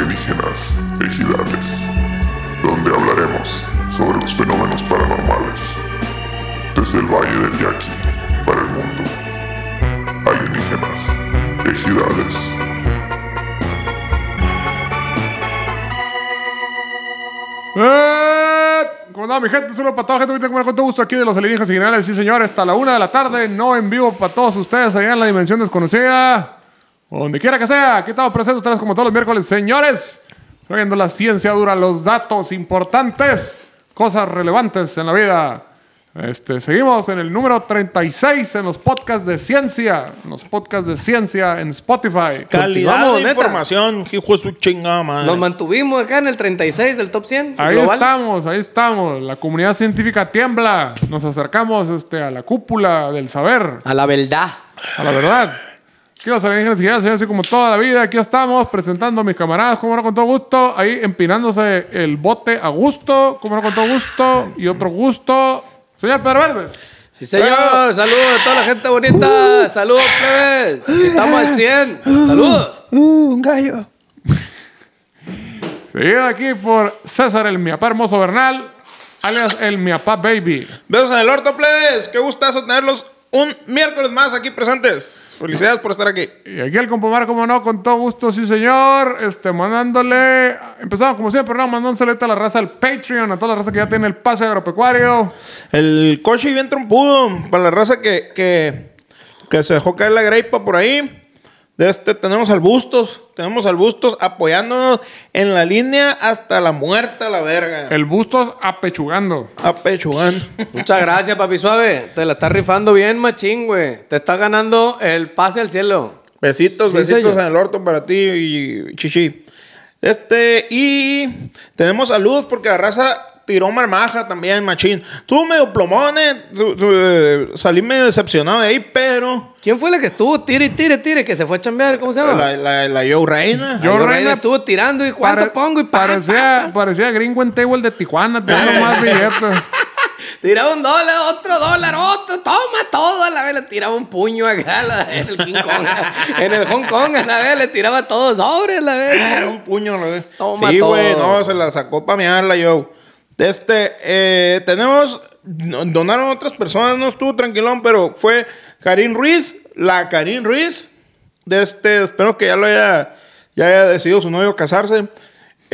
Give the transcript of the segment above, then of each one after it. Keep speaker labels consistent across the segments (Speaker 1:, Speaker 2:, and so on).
Speaker 1: Leyendas Ejidales, donde hablaremos sobre los fenómenos paranormales desde el Valle del Yaqui para el mundo. Alienígenas, ejidales.
Speaker 2: ¡Eh! ¿Cómo andaba mi gente? Solo para toda la gente que tengo con todo gusto aquí de los alienígenas y generales. Sí, señor, hasta la una de la tarde, no en vivo para todos ustedes allá en la dimensión desconocida. O donde quiera que sea, aquí estamos presentes ustedes como todos los miércoles. Señores, trayendo la ciencia dura, los datos importantes, cosas relevantes en la vida. Este, seguimos en el número 36 en los podcasts de ciencia, en los podcasts de ciencia en Spotify.
Speaker 3: Calidad
Speaker 4: Continuamos,
Speaker 3: de
Speaker 4: neta.
Speaker 3: información, hijo de su chingada madre.
Speaker 4: Nos mantuvimos acá en el 36 del top 100.
Speaker 2: Ahí
Speaker 4: global.
Speaker 2: estamos, ahí estamos. La comunidad científica tiembla. Nos acercamos este, a la cúpula del saber,
Speaker 4: A la verdad.
Speaker 2: a la verdad. Quiero saber, alienígenas y señores, así como toda la vida. Aquí estamos presentando a mis camaradas, como no con todo gusto. Ahí empinándose el bote a gusto, como no con todo gusto. Y otro gusto. Señor Pedro Verdes.
Speaker 4: Sí, señor. Uh. Saludos a toda la gente bonita. Saludos, plebes. Aquí Estamos al 100. Saludos.
Speaker 3: Uh, un gallo.
Speaker 2: Seguido aquí por César, el miapá hermoso Bernal, alias el miapá baby.
Speaker 3: Besos en el orto, please. Qué gustazo tenerlos un miércoles más aquí presentes. Felicidades por estar aquí.
Speaker 2: Y aquí el compomar, como no, con todo gusto, sí señor. Este, mandándole. Empezamos como siempre, ¿no? Mandándole a la raza al Patreon, a toda la raza que ya tiene el pase agropecuario.
Speaker 3: El coche bien trompudo para la raza que, que, que se dejó caer la gripa por ahí. De este, tenemos al Bustos, tenemos al Bustos apoyándonos en la línea hasta la muerte a la verga.
Speaker 2: El Bustos apechugando.
Speaker 3: Apechugando.
Speaker 4: Muchas gracias, papi suave. Te la estás rifando bien, machín, güey. Te estás ganando el pase al cielo.
Speaker 3: Besitos,
Speaker 4: Sí,
Speaker 3: besitos
Speaker 4: señor.
Speaker 3: en el orto para ti y chichi. Este, y tenemos saludos porque la raza tiró marmaja también, machín. Tú medio plomones, tú- tú, eh, salí medio decepcionado de ahí, pero
Speaker 4: ¿Quién fue la que estuvo? Tire, tire, tire, que se fue a chambear. ¿Cómo se llama?
Speaker 3: la, la, la Joe Reina.
Speaker 2: Yo,
Speaker 4: Ay,
Speaker 2: Reina,
Speaker 4: Reina estuvo tirando. ¿Y cuánto
Speaker 2: Pare-
Speaker 4: pongo? Y pa,
Speaker 2: parecía, parecía gringo en table de Tijuana, tirando más billetes.
Speaker 4: Tiraba un dólar, otro dólar, otro, toma todo a la vez. Le tiraba un puño acá a la vez, en el King Kong, en el Hong Kong a la vez, le tiraba todo sobre a la
Speaker 3: Era
Speaker 4: vez.
Speaker 3: un puño, la vez.
Speaker 4: Toma
Speaker 3: sí,
Speaker 4: todo.
Speaker 3: güey, no, se la sacó para mearla yo. Este, eh, tenemos, no- donaron otras personas, no estuvo tranquilón, pero fue Karim Ruiz, la Karim Ruiz. De este, espero que ya lo haya, ya haya decidido su novio casarse.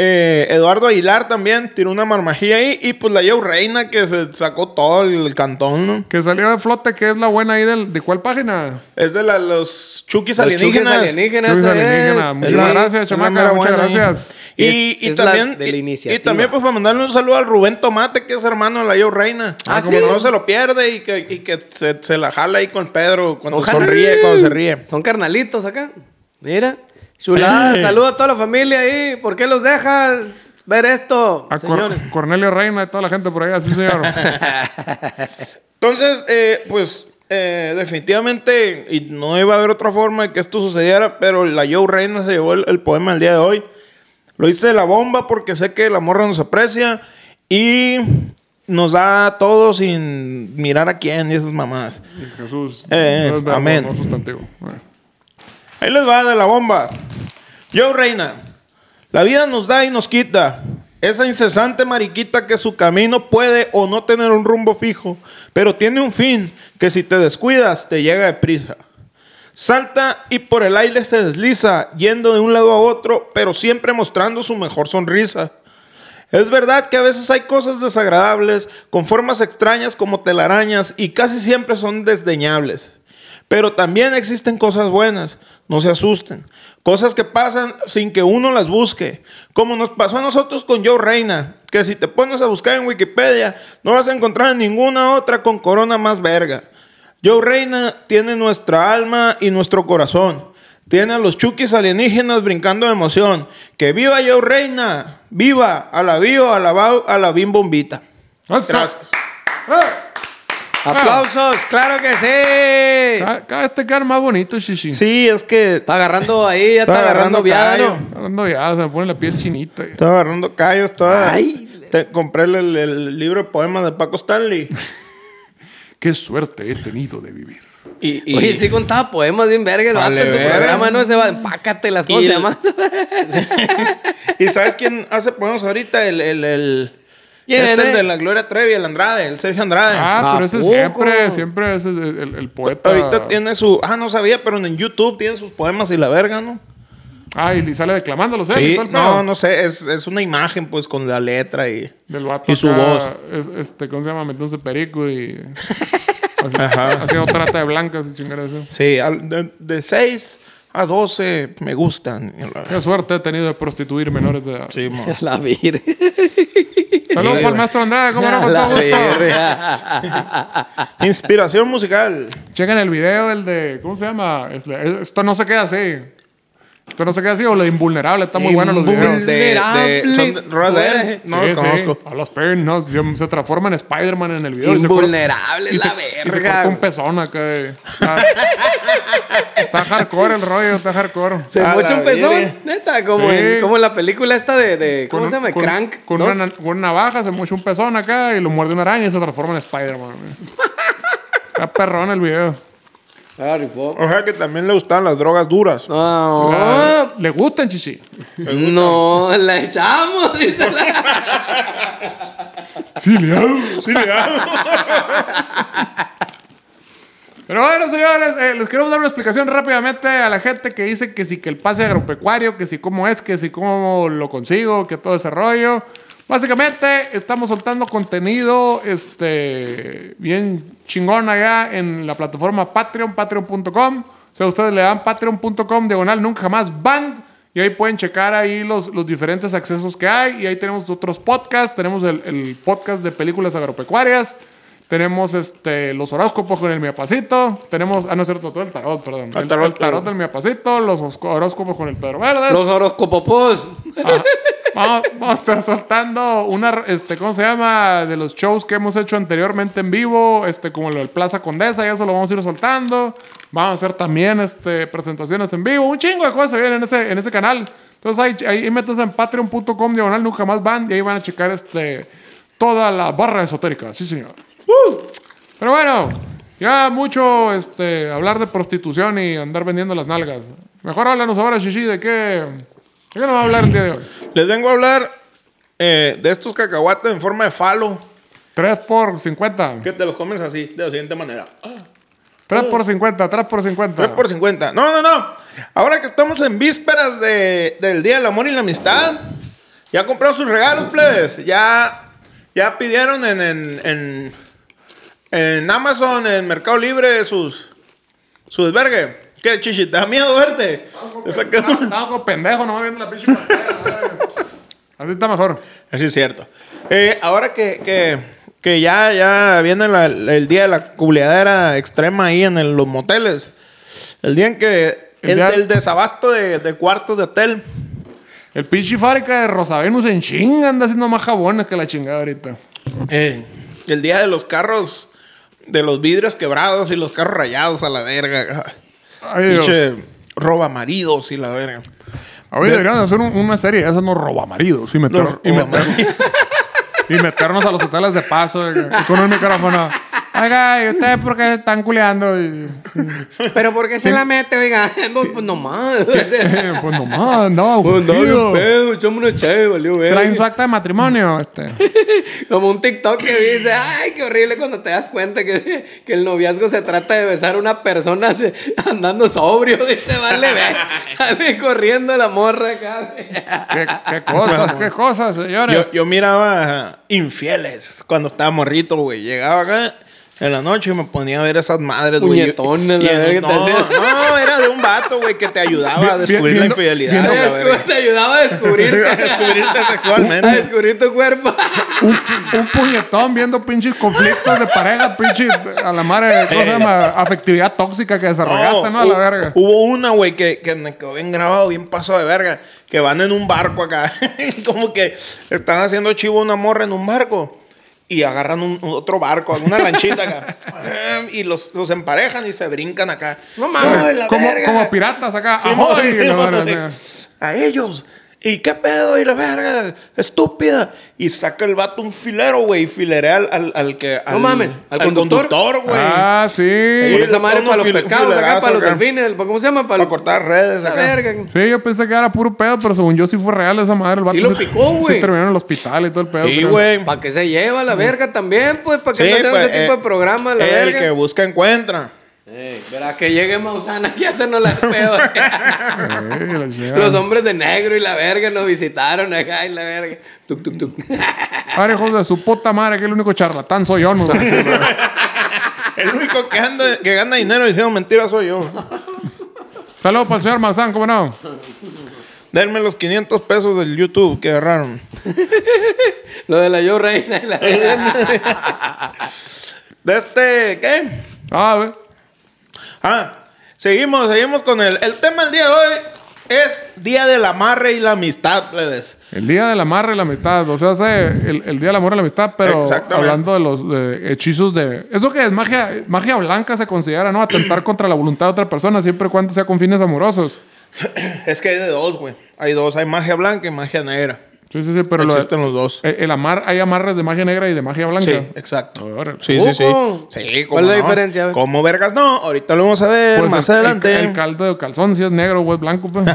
Speaker 3: Eh, Eduardo Aguilar también tiró una marmajilla ahí. Y pues la Yau Reina que se sacó todo el cantón, ¿no?
Speaker 2: Que salió de flote, que es la buena ahí del, de cuál página.
Speaker 3: Es de la- los chukis
Speaker 4: Los chuques
Speaker 3: alienígenas. eh,
Speaker 4: alienígenas,
Speaker 2: Chuvis
Speaker 4: eso
Speaker 2: alienígena.
Speaker 4: es.
Speaker 2: Muchas
Speaker 3: Es la-
Speaker 2: gracias,
Speaker 3: es la
Speaker 2: chamaca,
Speaker 3: mera
Speaker 2: muchas
Speaker 3: buena ahí.
Speaker 2: gracias.
Speaker 3: Y,
Speaker 4: Es-
Speaker 3: y
Speaker 4: es la
Speaker 3: también,
Speaker 4: de la
Speaker 3: y- y,
Speaker 4: iniciativa.
Speaker 3: también, pues, para mandarle un saludo al Rubén Tomate, que es hermano de la Yo Reina.
Speaker 4: Ah,
Speaker 3: Como
Speaker 4: ¿sí?
Speaker 3: no se lo pierde y que, y que se, se la jala ahí con Pedro cuando
Speaker 4: Ojalá.
Speaker 3: sonríe, cuando se ríe.
Speaker 4: Son carnalitos acá. Mira, chulada, saludo a toda la familia ahí. ¿Por qué los dejan ver esto,
Speaker 2: A Cor-
Speaker 4: señores?
Speaker 2: Cornelio Reina y toda la gente por ahí, así señor.
Speaker 3: Entonces, eh, pues, eh, definitivamente, y no iba a haber otra forma de que esto sucediera, pero la Yo Reina se llevó el, el poema el día de hoy. Lo hice de la bomba porque sé que la morra nos aprecia y nos da todo sin mirar a quién y esas mamás.
Speaker 2: Y Jesús.
Speaker 3: Eh, eh,
Speaker 2: no es verbo,
Speaker 3: amén.
Speaker 2: no es sustantivo. Eh. Bueno.
Speaker 3: Ahí les va de la bomba. Yo, Reina, la vida nos da y nos quita. Esa incesante mariquita que su camino puede o no tener un rumbo fijo, pero tiene un fin que si te descuidas te llega de prisa. Salta y por el aire se desliza, yendo de un lado a otro, pero siempre mostrando su mejor sonrisa. Es verdad que a veces hay cosas desagradables, con formas extrañas como telarañas y casi siempre son desdeñables. Pero también existen cosas buenas, no se asusten. Cosas que pasan sin que uno las busque. Como nos pasó a nosotros con Joe Reina, que si te pones a buscar en Wikipedia, no vas a encontrar ninguna otra con corona más verga. Joe Reina tiene nuestra alma y nuestro corazón. Tiene a los chukis alienígenas brincando de emoción. ¡Que viva Joe Reina! ¡Viva! ¡A la viva! ¡A la, bao- a la bim bombita!
Speaker 2: Eso.
Speaker 3: Gracias.
Speaker 2: Eh.
Speaker 4: Aplausos, claro que sí.
Speaker 2: Cada, cada vez te quedan más bonito, Shishi.
Speaker 3: Sí, es que
Speaker 4: Está agarrando ahí, ya está,
Speaker 3: Está
Speaker 4: agarrando,
Speaker 3: agarrando
Speaker 4: viado.
Speaker 3: callo.
Speaker 2: Hablando ya, se me pone la piel chinita.
Speaker 3: estaba agarrando callos, estaba...
Speaker 4: Ay.
Speaker 3: Te, compré el, el- el libro de poemas de Paco Stanley.
Speaker 2: Qué suerte he tenido de vivir.
Speaker 3: Y, y-
Speaker 4: Oye, sí contaba poemas bien verga el vato
Speaker 3: Vale,
Speaker 4: en su
Speaker 3: verga.
Speaker 4: programa, ¿no? Se va, empácate las
Speaker 3: Y
Speaker 4: cosas,
Speaker 3: el-
Speaker 4: llama?
Speaker 3: ¿Y sabes quién hace poemas ahorita? El, el, el,
Speaker 4: ¿Quién,
Speaker 3: este
Speaker 4: eh?
Speaker 3: de la Gloria Trevi, el Andrade, el Sergio Andrade.
Speaker 2: Ah, pues,
Speaker 4: ¿A
Speaker 2: pero ese
Speaker 4: poco?
Speaker 2: siempre, siempre ese es el, el- el poeta.
Speaker 3: ahorita tiene su. Ah, no sabía, pero en YouTube tiene sus poemas y la verga, ¿no?
Speaker 2: Ah, y sale declamándolos, ¿eh? Y
Speaker 3: Sí,
Speaker 2: todo el pedo.
Speaker 3: no, no sé. Es, es una imagen, pues, con la letra y.
Speaker 2: Del vato
Speaker 3: Y su
Speaker 2: acá,
Speaker 3: voz.
Speaker 2: es- este, ¿Cómo se llama? Entonces Perico y... así- Haciendo trata de blancas y chingar eso.
Speaker 3: Sí, al- de, 6 a 12 me gustan. y la-
Speaker 2: Qué suerte he tenido de prostituir menores de edad.
Speaker 3: Sí, mo.
Speaker 4: La vir.
Speaker 2: Saludos
Speaker 3: Sí,
Speaker 2: para el
Speaker 3: güey.
Speaker 2: maestro Andrade, ¿cómo no? Con
Speaker 4: La
Speaker 2: todo gusto.
Speaker 4: verga.
Speaker 3: Inspiración musical.
Speaker 2: Chequen el video del de... ¿Cómo se llama? Es- Esto no se queda así. Esto no se queda así o lo de Invulnerable. Está muy bueno los videos.
Speaker 3: De, de, son de- rolas de él. No
Speaker 2: Sí,
Speaker 3: los
Speaker 2: sí.
Speaker 3: conozco.
Speaker 2: A los pernos se- se transforma en Spider-Man en el video. y se corta-
Speaker 4: Invulnerable,
Speaker 2: Y se,
Speaker 4: la
Speaker 2: y se corta un
Speaker 4: verga.
Speaker 2: pezón acá. de- Está, está hardcore el rollo, está hardcore.
Speaker 4: Se
Speaker 3: A
Speaker 4: mocha
Speaker 3: la
Speaker 4: un pezón,
Speaker 3: verga.
Speaker 4: neta, como,
Speaker 2: Sí.
Speaker 4: en, como en la película esta de, de ¿cómo
Speaker 2: Con-
Speaker 4: se llama?
Speaker 2: con-
Speaker 4: Crank.
Speaker 2: Con
Speaker 4: dos.
Speaker 2: una, na- con una navaja se mueve un pezón acá y lo muerde una araña y se transforma en Spider-Man. güey. Está perrón el video.
Speaker 4: Ah, rifó.
Speaker 3: O sea que también le gustan las drogas duras.
Speaker 4: No, Oh.
Speaker 2: Ah, Le gustan, chichi.
Speaker 4: no, la echamos, dice la...
Speaker 2: Sí, le hago, sí, le hago. Pero bueno, señores, eh, les queremos dar una explicación rápidamente a la gente que dice que si que el pase agropecuario, que si cómo es, que si cómo lo consigo, que todo ese rollo. Básicamente, estamos soltando contenido este, bien chingón allá en la plataforma Patreon, patreon.com. O sea, ustedes le dan patreon.com, diagonal, nunca jamás, band. Y ahí pueden checar ahí los, los diferentes accesos que hay. Y ahí tenemos otros podcasts. Tenemos el, el podcast de películas agropecuarias. Tenemos este, los horóscopos con el miapacito. Tenemos, ah, no es cierto, todo el tarot, perdón.
Speaker 3: Ah,
Speaker 2: El,
Speaker 3: tarot,
Speaker 2: el tarot
Speaker 3: claro.
Speaker 2: del miapacito, los hosco- horóscopos con el Pedro Verde.
Speaker 4: Los horoscopopos.
Speaker 2: Ajá. Vamos, vamos a estar soltando una, este, ¿cómo se llama? De los shows que hemos hecho anteriormente en vivo, este, como lo del Plaza Condesa, ya eso lo vamos a ir soltando. Vamos a hacer también, este, presentaciones en vivo, un chingo de cosas se vienen en ese, en ese canal. Entonces ahí, ahí métanse en patreon.com diagonal nunca más van y ahí van a checar, este, toda la barra esotérica, sí señor. Pero bueno, ya mucho, este, hablar de prostitución y andar vendiendo las nalgas. Mejor háblanos ahora, Shishi, de qué, de qué nos va a hablar el día de hoy.
Speaker 3: Les vengo a hablar eh, de estos cacahuates en forma de falo.
Speaker 2: 3 por 50.
Speaker 3: Que te los comes así, de la siguiente manera.
Speaker 2: 3 por 50, 3 por 50.
Speaker 3: 3 por 50. No, no, no. Ahora que estamos en vísperas de- del Día del Amor y la Amistad, ya compraron sus regalos, plebes. Ya, ya pidieron en, en, en, en Amazon, en Mercado Libre, sus, su desvergue. ¿Qué, chichi? ¿Te da miedo verte? Te saca
Speaker 2: Estaba-
Speaker 3: una-
Speaker 2: Estaba como pendejo, no viendo la pinche pantalla. la verga. Así está mejor.
Speaker 3: Así es cierto. Eh, ahora que, que, que ya, ya viene la- el día de la culiadera extrema ahí en el- los moteles, el día en que
Speaker 2: El
Speaker 3: el,
Speaker 2: día-
Speaker 3: del desabasto de, de cuartos de hotel,
Speaker 2: El pinche fábrica de Rosavenus en chinga anda haciendo más jabones que la chingada ahorita.
Speaker 3: eh, el día de los carros, de los vidrios quebrados y los carros rayados a la verga,
Speaker 2: Ay, Dios.
Speaker 3: pinche roba maridos y la verga.
Speaker 2: Hoy deberíamos hacer un- una serie de esas, no roba maridos. Y, meter-
Speaker 3: Los
Speaker 2: y, meter-
Speaker 3: robamaridos.
Speaker 2: y meternos a los hoteles de paso eh, con un micrófono. Oiga, ¿y ustedes por qué se están culeando? Y-
Speaker 4: Pero ¿por qué se la mete, oiga? Pues nomás.
Speaker 2: pues nomás, andaba
Speaker 4: Pues no,
Speaker 2: aburrido.
Speaker 4: bien pedo, echamos una chave, valió verga.
Speaker 2: Traen su acta de matrimonio. Este.
Speaker 4: Como un TikTok que dice, ay, qué horrible cuando te das cuenta que, que el noviazgo se trata de besar a una persona se- andando sobrio, dice, vale, ve, sale corriendo la morra acá.
Speaker 2: ¿Qué, qué cosas, qué cosas, señores.
Speaker 3: Yo, yo miraba infieles cuando estaba morrito, güey. Llegaba acá en la noche y me ponía a ver esas madres, güey.
Speaker 4: Puñetones,
Speaker 3: Y- y
Speaker 4: la
Speaker 3: en-
Speaker 4: verga, te
Speaker 3: no,
Speaker 4: hacía-
Speaker 3: no, era de un vato, güey, que te ayudaba a
Speaker 2: Vi- vi-
Speaker 3: descubrir la
Speaker 2: viendo-
Speaker 3: infidelidad.
Speaker 2: viendo-
Speaker 4: Te,
Speaker 3: la
Speaker 4: descu-
Speaker 3: verga.
Speaker 4: te ayudaba a
Speaker 3: A
Speaker 4: descubrirte,
Speaker 3: descubrirte
Speaker 4: a
Speaker 3: sexualmente.
Speaker 4: descubrir tu cuerpo.
Speaker 2: un, un puñetón viendo pinches conflictos de pareja, pinches a la madre, ¿cómo
Speaker 3: Eh.
Speaker 2: se llama? Afectividad tóxica que desarrollaste,
Speaker 3: No,
Speaker 2: ¿no? A
Speaker 3: hu-
Speaker 2: la verga.
Speaker 3: Hubo una, güey, que, que me quedó bien grabado, bien paso de verga. Que van en un barco acá. Como que están haciendo chivo una morra en un barco. Y agarran un, otro barco, una lanchita acá. y los, los emparejan y se brincan acá.
Speaker 4: No mames,
Speaker 3: la
Speaker 2: Como,
Speaker 3: verga.
Speaker 2: como piratas acá.
Speaker 3: Sí,
Speaker 2: Ahoy,
Speaker 3: mon,
Speaker 2: la
Speaker 3: mon,
Speaker 2: madre,
Speaker 3: a ellos ¿Y qué pedo? Y la verga, estúpida. Y saca el vato un filero, güey. Y filerea al, al, al que. Al,
Speaker 4: mames, ¿al conductor?
Speaker 3: güey. Eh,
Speaker 2: Ah, sí.
Speaker 4: Con
Speaker 3: Sí,
Speaker 4: esa madre
Speaker 3: unos
Speaker 4: para los
Speaker 3: fil-
Speaker 4: pescados acá,
Speaker 3: filerazo
Speaker 4: para los
Speaker 3: acá.
Speaker 4: delfines, ¿cómo se llama?
Speaker 3: para
Speaker 4: Para, los-
Speaker 3: cortar redes
Speaker 4: esa
Speaker 3: acá.
Speaker 4: verga.
Speaker 2: Sí, yo pensé que era puro pedo, pero según yo sí fue real esa madre. El vato
Speaker 4: lo picó, güey.
Speaker 2: Sí, terminó en el hospital y todo el pedo.
Speaker 3: Sí,
Speaker 2: creo.
Speaker 3: güey.
Speaker 4: ¿Para qué se lleva la verga también? Pues, ¿para qué
Speaker 3: Sí,
Speaker 4: no hacen
Speaker 3: pues,
Speaker 4: ese tipo
Speaker 3: eh,
Speaker 4: de programa? La
Speaker 3: el
Speaker 4: verga.
Speaker 3: que busca encuentra.
Speaker 4: Ey, verá que llegue Mausana aquí a hacernos la de pedo.
Speaker 2: Ey, la chingada.
Speaker 4: Los hombres de negro y la verga nos visitaron acá y la verga. Tuc, tuc, tuc.
Speaker 2: Ahora, hijos de su puta madre, que el único charlatán soy yo. ¿no?
Speaker 3: El único que, anda, que gana dinero diciendo mentiras soy yo.
Speaker 2: Saludos para el señor Mazán, ¿cómo no?
Speaker 3: Denme los 500 pesos del YouTube que agarraron.
Speaker 4: Lo de la yo reina y la verga.
Speaker 3: De este, ¿qué?
Speaker 2: Ah, güey.
Speaker 3: Ah, seguimos, seguimos con el, el tema del día de hoy. Es Día del Amarre y la Amistad, plebes.
Speaker 2: El día del amarre y la amistad. O sea, hace el, el día del amor y la amistad, pero
Speaker 3: Exactamente.
Speaker 2: hablando de los de hechizos de. Eso que es magia, magia blanca se considera, ¿no? Atentar contra la voluntad de otra persona, siempre y cuando sea con fines amorosos.
Speaker 3: Es que hay de dos, güey. Hay dos, hay magia blanca y magia negra.
Speaker 2: Sí, sí, sí, pero lo-
Speaker 3: Existen los dos.
Speaker 2: el, el amar, hay amarres de magia negra y de magia blanca. Ah,
Speaker 3: Sí, exacto.
Speaker 2: Órale.
Speaker 3: Sí, sí, sí.
Speaker 4: Ojo.
Speaker 3: Sí,
Speaker 4: ¿Cuál
Speaker 3: cómo
Speaker 4: es la
Speaker 3: no.
Speaker 4: diferencia, güey?
Speaker 3: ¿Cómo vergas no? Ahorita lo vamos a ver
Speaker 2: Pues
Speaker 3: más
Speaker 2: el- el-
Speaker 3: adelante.
Speaker 2: El, caldo de calzón, si es negro o es blanco, pues.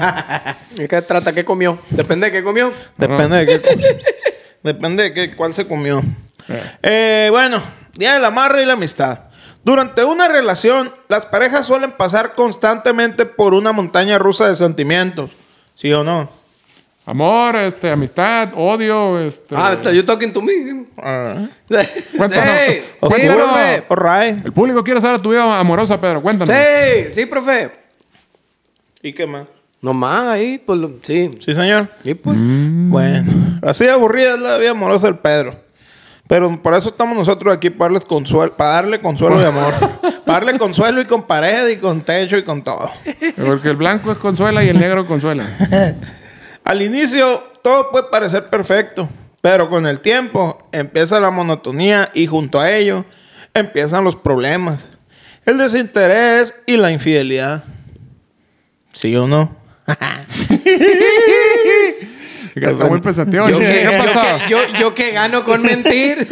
Speaker 4: ¿De qué trata? ¿Qué comió? Depende de qué comió.
Speaker 3: Depende de qué. depende de qué, cuál se comió.
Speaker 2: Eh.
Speaker 3: Eh, bueno, día del amarre y la amistad. Durante una relación, las parejas suelen pasar constantemente por una montaña rusa de sentimientos. ¿Sí o no?
Speaker 2: Amor, este, amistad, odio, este.
Speaker 4: Ah, está you talking to me.
Speaker 3: Ah.
Speaker 2: Cuéntanos.
Speaker 4: Sí, sí,
Speaker 2: Ojo,
Speaker 3: Oscuro,
Speaker 4: profe.
Speaker 3: alright.
Speaker 2: El público quiere saber tu vida amorosa, Pedro. Cuéntanos.
Speaker 4: Sí, sí, profe.
Speaker 3: ¿Y qué más?
Speaker 4: Nomás ahí, pues lo- sí.
Speaker 3: Sí, señor.
Speaker 4: Sí, pues.
Speaker 2: Mm.
Speaker 3: Bueno, así de aburrida es la vida amorosa del Pedro. Pero por eso estamos nosotros aquí, para darles consuelo, para darle consuelo y amor. para darle consuelo y con pared y con techo y con todo.
Speaker 2: Porque el blanco es consuela y el negro consuela.
Speaker 3: Al inicio todo puede parecer perfecto, pero con el tiempo empieza la monotonía y junto a ello empiezan los problemas, el desinterés y la infidelidad. ¿Sí o no?
Speaker 2: Está muy pensativo.
Speaker 4: Yo
Speaker 2: Chichi.
Speaker 4: que,
Speaker 2: ¿Qué
Speaker 4: yo
Speaker 2: pasó?
Speaker 4: que- yo- yo que gano con mentir.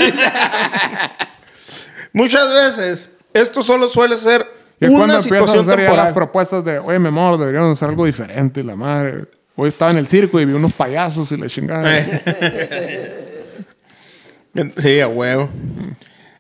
Speaker 3: Muchas veces esto solo suele ser
Speaker 2: Y es cuando
Speaker 3: una
Speaker 2: empiezas a
Speaker 3: situación
Speaker 2: hacer ya las
Speaker 3: temporal.
Speaker 2: propuestas de, oye, mi amor, deberíamos hacer algo diferente, la madre. Hoy estaba en el circo y vi unos payasos y la chingada.
Speaker 3: Eh. Sí, a huevo.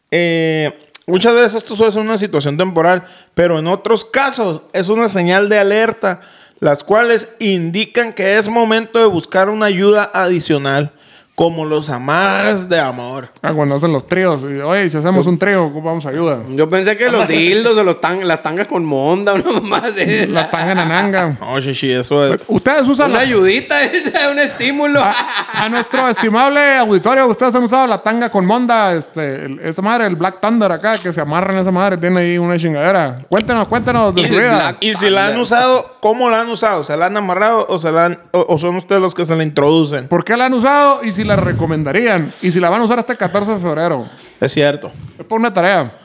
Speaker 3: Eh, muchas veces esto suele ser una situación temporal, pero en otros casos es una señal de alerta, las cuales indican que es momento de buscar una ayuda adicional, como los amarres de amor.
Speaker 2: Ah, cuando hacen los tríos. y, Oye, si hacemos un trío, ocupamos ayuda.
Speaker 4: Yo pensé que los dildos o los tan- las tangas con monda, una mamá así.
Speaker 2: La tanga nananga.
Speaker 3: No, sí, eso es.
Speaker 2: Ustedes usan
Speaker 4: Una
Speaker 2: la...
Speaker 4: ayudita, esa es un estímulo.
Speaker 2: A, a nuestro estimable auditorio, ustedes han usado la tanga con monda, este, el- esa madre, el Black Thunder acá, que se amarran esa madre, tiene ahí una chingadera. Cuéntenos, cuéntenos de
Speaker 4: Y
Speaker 2: su
Speaker 4: el
Speaker 2: vida.
Speaker 4: Black-
Speaker 3: Y si la han usado, ¿cómo la han usado? ¿Se la han amarrado o, se la han- o- o son ustedes los que se la introducen?
Speaker 2: ¿Por qué la han usado y si la recomendarían? Y si la van a usar hasta el 14 de febrero.
Speaker 3: Es cierto.
Speaker 2: Es por una tarea.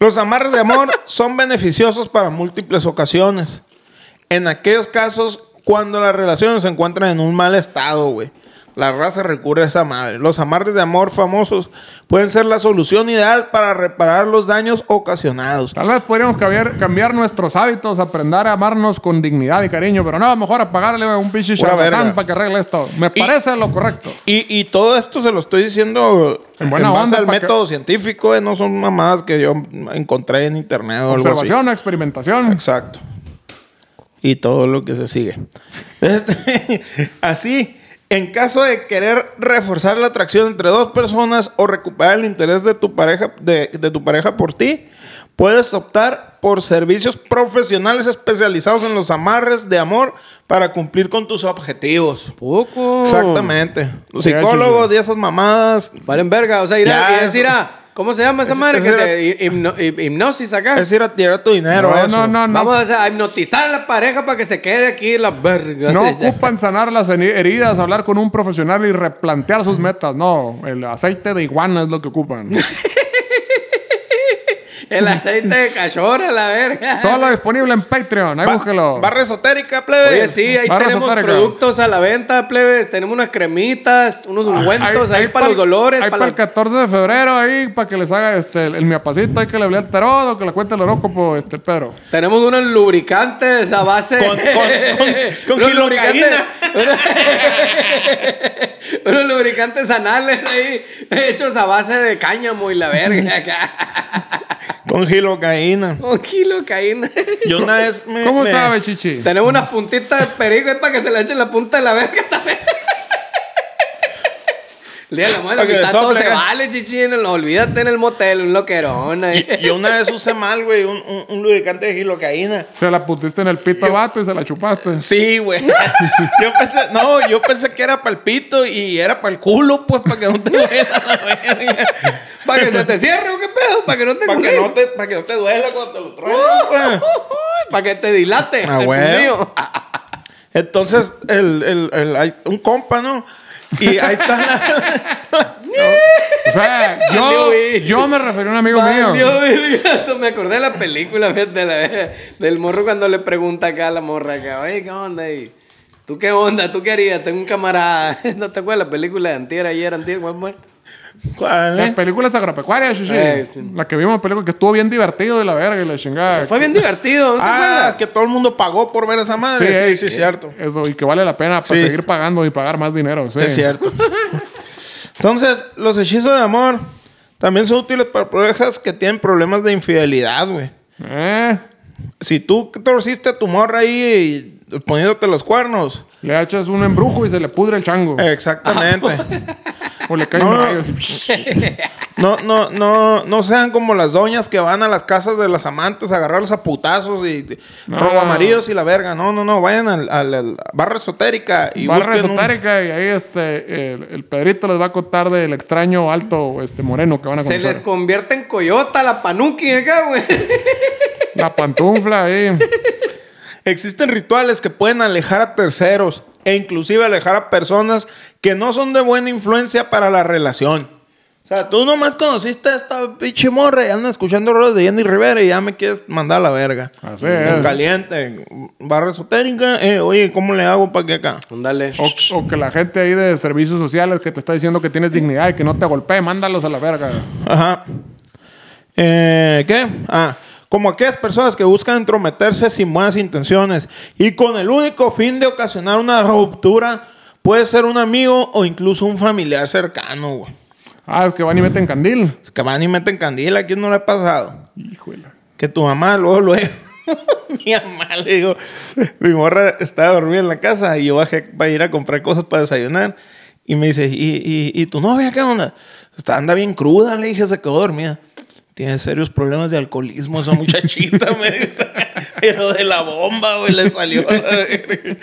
Speaker 3: Los amarres de amor son beneficiosos para múltiples ocasiones. En aquellos casos cuando las relaciones se encuentran en un mal estado, güey. La raza recurre a esa madre. Los amarres de amor famosos pueden ser la solución ideal para reparar los daños ocasionados.
Speaker 2: Tal vez podríamos cambiar, cambiar nuestros hábitos, aprender a amarnos con dignidad y cariño, pero no, mejor apagarle a un pinche
Speaker 3: Pura
Speaker 2: charlatán
Speaker 3: verga.
Speaker 2: para que arregle esto. Me
Speaker 3: Y-
Speaker 2: parece lo correcto.
Speaker 3: Y, y todo esto se lo estoy diciendo
Speaker 2: En
Speaker 3: en,
Speaker 2: buena
Speaker 3: base
Speaker 2: onda,
Speaker 3: al
Speaker 2: pa' que-
Speaker 3: método científico, eh, no son mamadas que yo encontré en internet o algo así.
Speaker 2: Observación, experimentación.
Speaker 3: Exacto. Y todo lo que se sigue. Este, Así, en caso de querer reforzar la atracción entre dos personas o recuperar el interés de tu pareja, de, de tu pareja por ti, puedes optar por servicios profesionales especializados en los amarres de amor para cumplir con tus objetivos.
Speaker 2: Oh.
Speaker 4: Poco.
Speaker 3: Exactamente. Los
Speaker 2: Sí,
Speaker 3: psicólogos de esas mamadas.
Speaker 4: Valen verga. O sea, ir
Speaker 3: Ya,
Speaker 4: a,
Speaker 3: eso-
Speaker 4: ir a- ¿Cómo se llama esa
Speaker 3: Es-
Speaker 4: madre?
Speaker 3: es
Speaker 4: que
Speaker 3: ir a-
Speaker 4: te- hipno- hip- hipnosis acá.
Speaker 3: Es ir a tirar tu dinero.
Speaker 2: no,
Speaker 3: eso.
Speaker 2: no, no, no.
Speaker 4: Vamos o sea, a hipnotizar a la pareja para que se quede aquí la verga.
Speaker 2: No ocupan sanar las heri- heridas, hablar con un profesional y replantear sus metas. No, el aceite de iguana es lo que ocupan.
Speaker 4: El aceite de cachorra, la verga.
Speaker 2: Solo disponible en Patreon. Ahí
Speaker 3: Ba-
Speaker 2: búsquelo.
Speaker 3: Barra esotérica, plebe.
Speaker 4: Oye, sí, ahí
Speaker 2: Barra
Speaker 4: tenemos
Speaker 2: esotérica.
Speaker 4: productos a la venta, plebes. Tenemos unas cremitas, unos ungüentos ahí, para
Speaker 2: pa'l-
Speaker 4: los dolores.
Speaker 2: Ahí
Speaker 4: para
Speaker 2: para el
Speaker 4: las-
Speaker 2: 14 de febrero, ahí para que les haga este, el, el miapacito, ahí que le hable al tarot o que le cuente el horóscopo, este Pedro.
Speaker 4: Tenemos unos lubricantes a base
Speaker 3: Con- con- con
Speaker 4: Unos
Speaker 3: gilocaína.
Speaker 4: lubricantes- unos lubricantes anales ahí hechos a base de cáñamo y la verga acá.
Speaker 3: Con gilocaína.
Speaker 4: Con gilocaína.
Speaker 3: Yo una vez me.
Speaker 2: ¿Cómo
Speaker 3: me-
Speaker 2: sabe, Chichi?
Speaker 4: Tenemos unas puntitas de perico ahí para que se le eche la punta de la verga también. El día de la madre,
Speaker 3: Para que
Speaker 4: la
Speaker 3: le
Speaker 4: mitad todo
Speaker 3: sople,
Speaker 4: se
Speaker 3: acá.
Speaker 4: vale, chichi. en el- olvídate en el motel, un loquerón ahí.
Speaker 3: Yo una vez usé mal, güey, un, un- un lubricante de gilocaína.
Speaker 2: Se la putiste en el pito al vato y se la chupaste.
Speaker 3: Sí, güey. Yo pensé, no, yo pensé que era para el pito y era para el culo, pues, para que no te duela la verga.
Speaker 4: Para que se te cierre, ¿o qué pedo? Para que no te
Speaker 3: Para que,
Speaker 4: culé.
Speaker 3: no te, para que no te duela cuando te lo
Speaker 2: Uh.
Speaker 3: traes.
Speaker 4: Para que te dilate.
Speaker 3: Ah,
Speaker 4: el
Speaker 3: güey.
Speaker 4: fundillo.
Speaker 3: Entonces, el, el, el, hay un compa, ¿no? Y ahí está la-
Speaker 2: O sea, yo,
Speaker 4: Valió, güey.
Speaker 2: yo me referí a un amigo mío.
Speaker 4: Valió, verga. Me acordé de la película fíjate, la- del morro cuando le pregunta acá a la morra acá, oye, ¿qué onda? Y, ¿Tú qué onda? ¿Tú qué harías? Tengo un camarada. ¿No te acuerdas la película de antier, ayer, antier, cuál fue?
Speaker 3: ¿Cuál,
Speaker 2: La
Speaker 3: eh?
Speaker 2: película es agropecuaria, Chichi.
Speaker 4: Eh, sí.
Speaker 2: La que vimos, la película que estuvo bien divertido y la verga y la chingada.
Speaker 4: Fue bien divertido, ¿no te
Speaker 3: Ah,
Speaker 4: acuerdas?
Speaker 3: es que todo el mundo pagó por ver esa madre. Sí, sí,
Speaker 2: eh,
Speaker 3: es cierto.
Speaker 2: Eso, y que vale la pena para
Speaker 3: Sí.
Speaker 2: seguir pagando y pagar más dinero. Sí.
Speaker 3: Es cierto. Entonces, los hechizos de amor también son útiles para parejas que tienen problemas de infidelidad, güey.
Speaker 2: Eh,
Speaker 3: Si tú torciste a tu morra ahí y- poniéndote los cuernos.
Speaker 2: le echas un embrujo y se le pudre el chango.
Speaker 3: Exactamente.
Speaker 2: O le caen
Speaker 3: Eh, No.
Speaker 2: rayos y-
Speaker 3: No, no, no, no sean como las doñas que van a las casas de las amantes a agarrarlos a putazos y
Speaker 2: No.
Speaker 3: roba maridos y la verga. No, no, no. Vayan al- al- a la barra esotérica y
Speaker 2: Barra
Speaker 3: busquen un-
Speaker 2: esotérica y ahí este el, el Pedrito les va a contar del extraño alto este moreno que van a
Speaker 4: Se
Speaker 2: conocer.
Speaker 4: les convierte en coyota la panuki ¿eh, acá, güey.
Speaker 2: La pantufla ahí.
Speaker 3: Existen rituales que pueden alejar a terceros e inclusive alejar a personas que no son de buena influencia para la relación. O sea, tú nomás conociste a esta pinche morra y andas escuchando roles de Jenny Rivera y ya me quieres mandar a la verga.
Speaker 2: Así
Speaker 3: En
Speaker 2: es.
Speaker 3: caliente. Barra esotérica. Eh, oye, ¿cómo le hago para que acá?
Speaker 4: Ándale.
Speaker 2: O, o que la gente ahí de servicios sociales que te está diciendo que tienes dignidad y que no te golpee, mándalos a la verga.
Speaker 3: Ajá. Eh, ¿Qué? Ah, como aquellas personas que buscan entrometerse sin buenas intenciones y con el único fin de ocasionar una ruptura, puede ser un amigo o incluso un familiar cercano, güey.
Speaker 2: Ah, es que van y meten candil.
Speaker 3: Es que van y meten candila, ¿a quién no le ha pasado?
Speaker 2: Híjole.
Speaker 3: Que tu mamá luego, luego. mi mamá le digo, mi morra estaba dormida en la casa y yo bajé para ir a comprar cosas para desayunar. Y me dice, ¿y, y, y tu novia qué onda? Está, anda bien cruda, le dije, se quedó dormida. Tiene serios problemas de alcoholismo esa muchachita, me dice. Pero de la bomba, güey, le salió. la verga".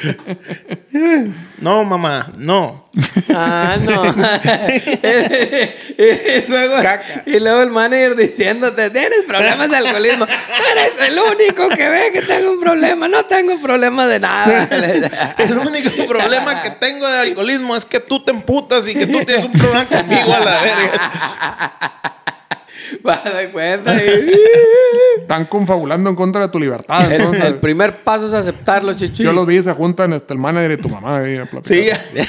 Speaker 3: no, mamá, no.
Speaker 4: Ah, no. y, luego,
Speaker 3: Caca.
Speaker 4: y luego el manager diciéndote, tienes problemas de alcoholismo. Tú eres el único que ve que tengo un problema. No tengo problema de nada.
Speaker 3: El único problema que tengo de alcoholismo es que tú te emputas y que tú tienes un problema conmigo a la verga.
Speaker 4: Para de cuenta. y-
Speaker 2: Están confabulando en contra de tu libertad.
Speaker 4: el,
Speaker 2: Ah, Entonces,
Speaker 4: el primer paso es aceptarlo, chichi.
Speaker 2: yo los vi, se juntan este, el manager y tu mamá ahí a platicar.
Speaker 3: Sí,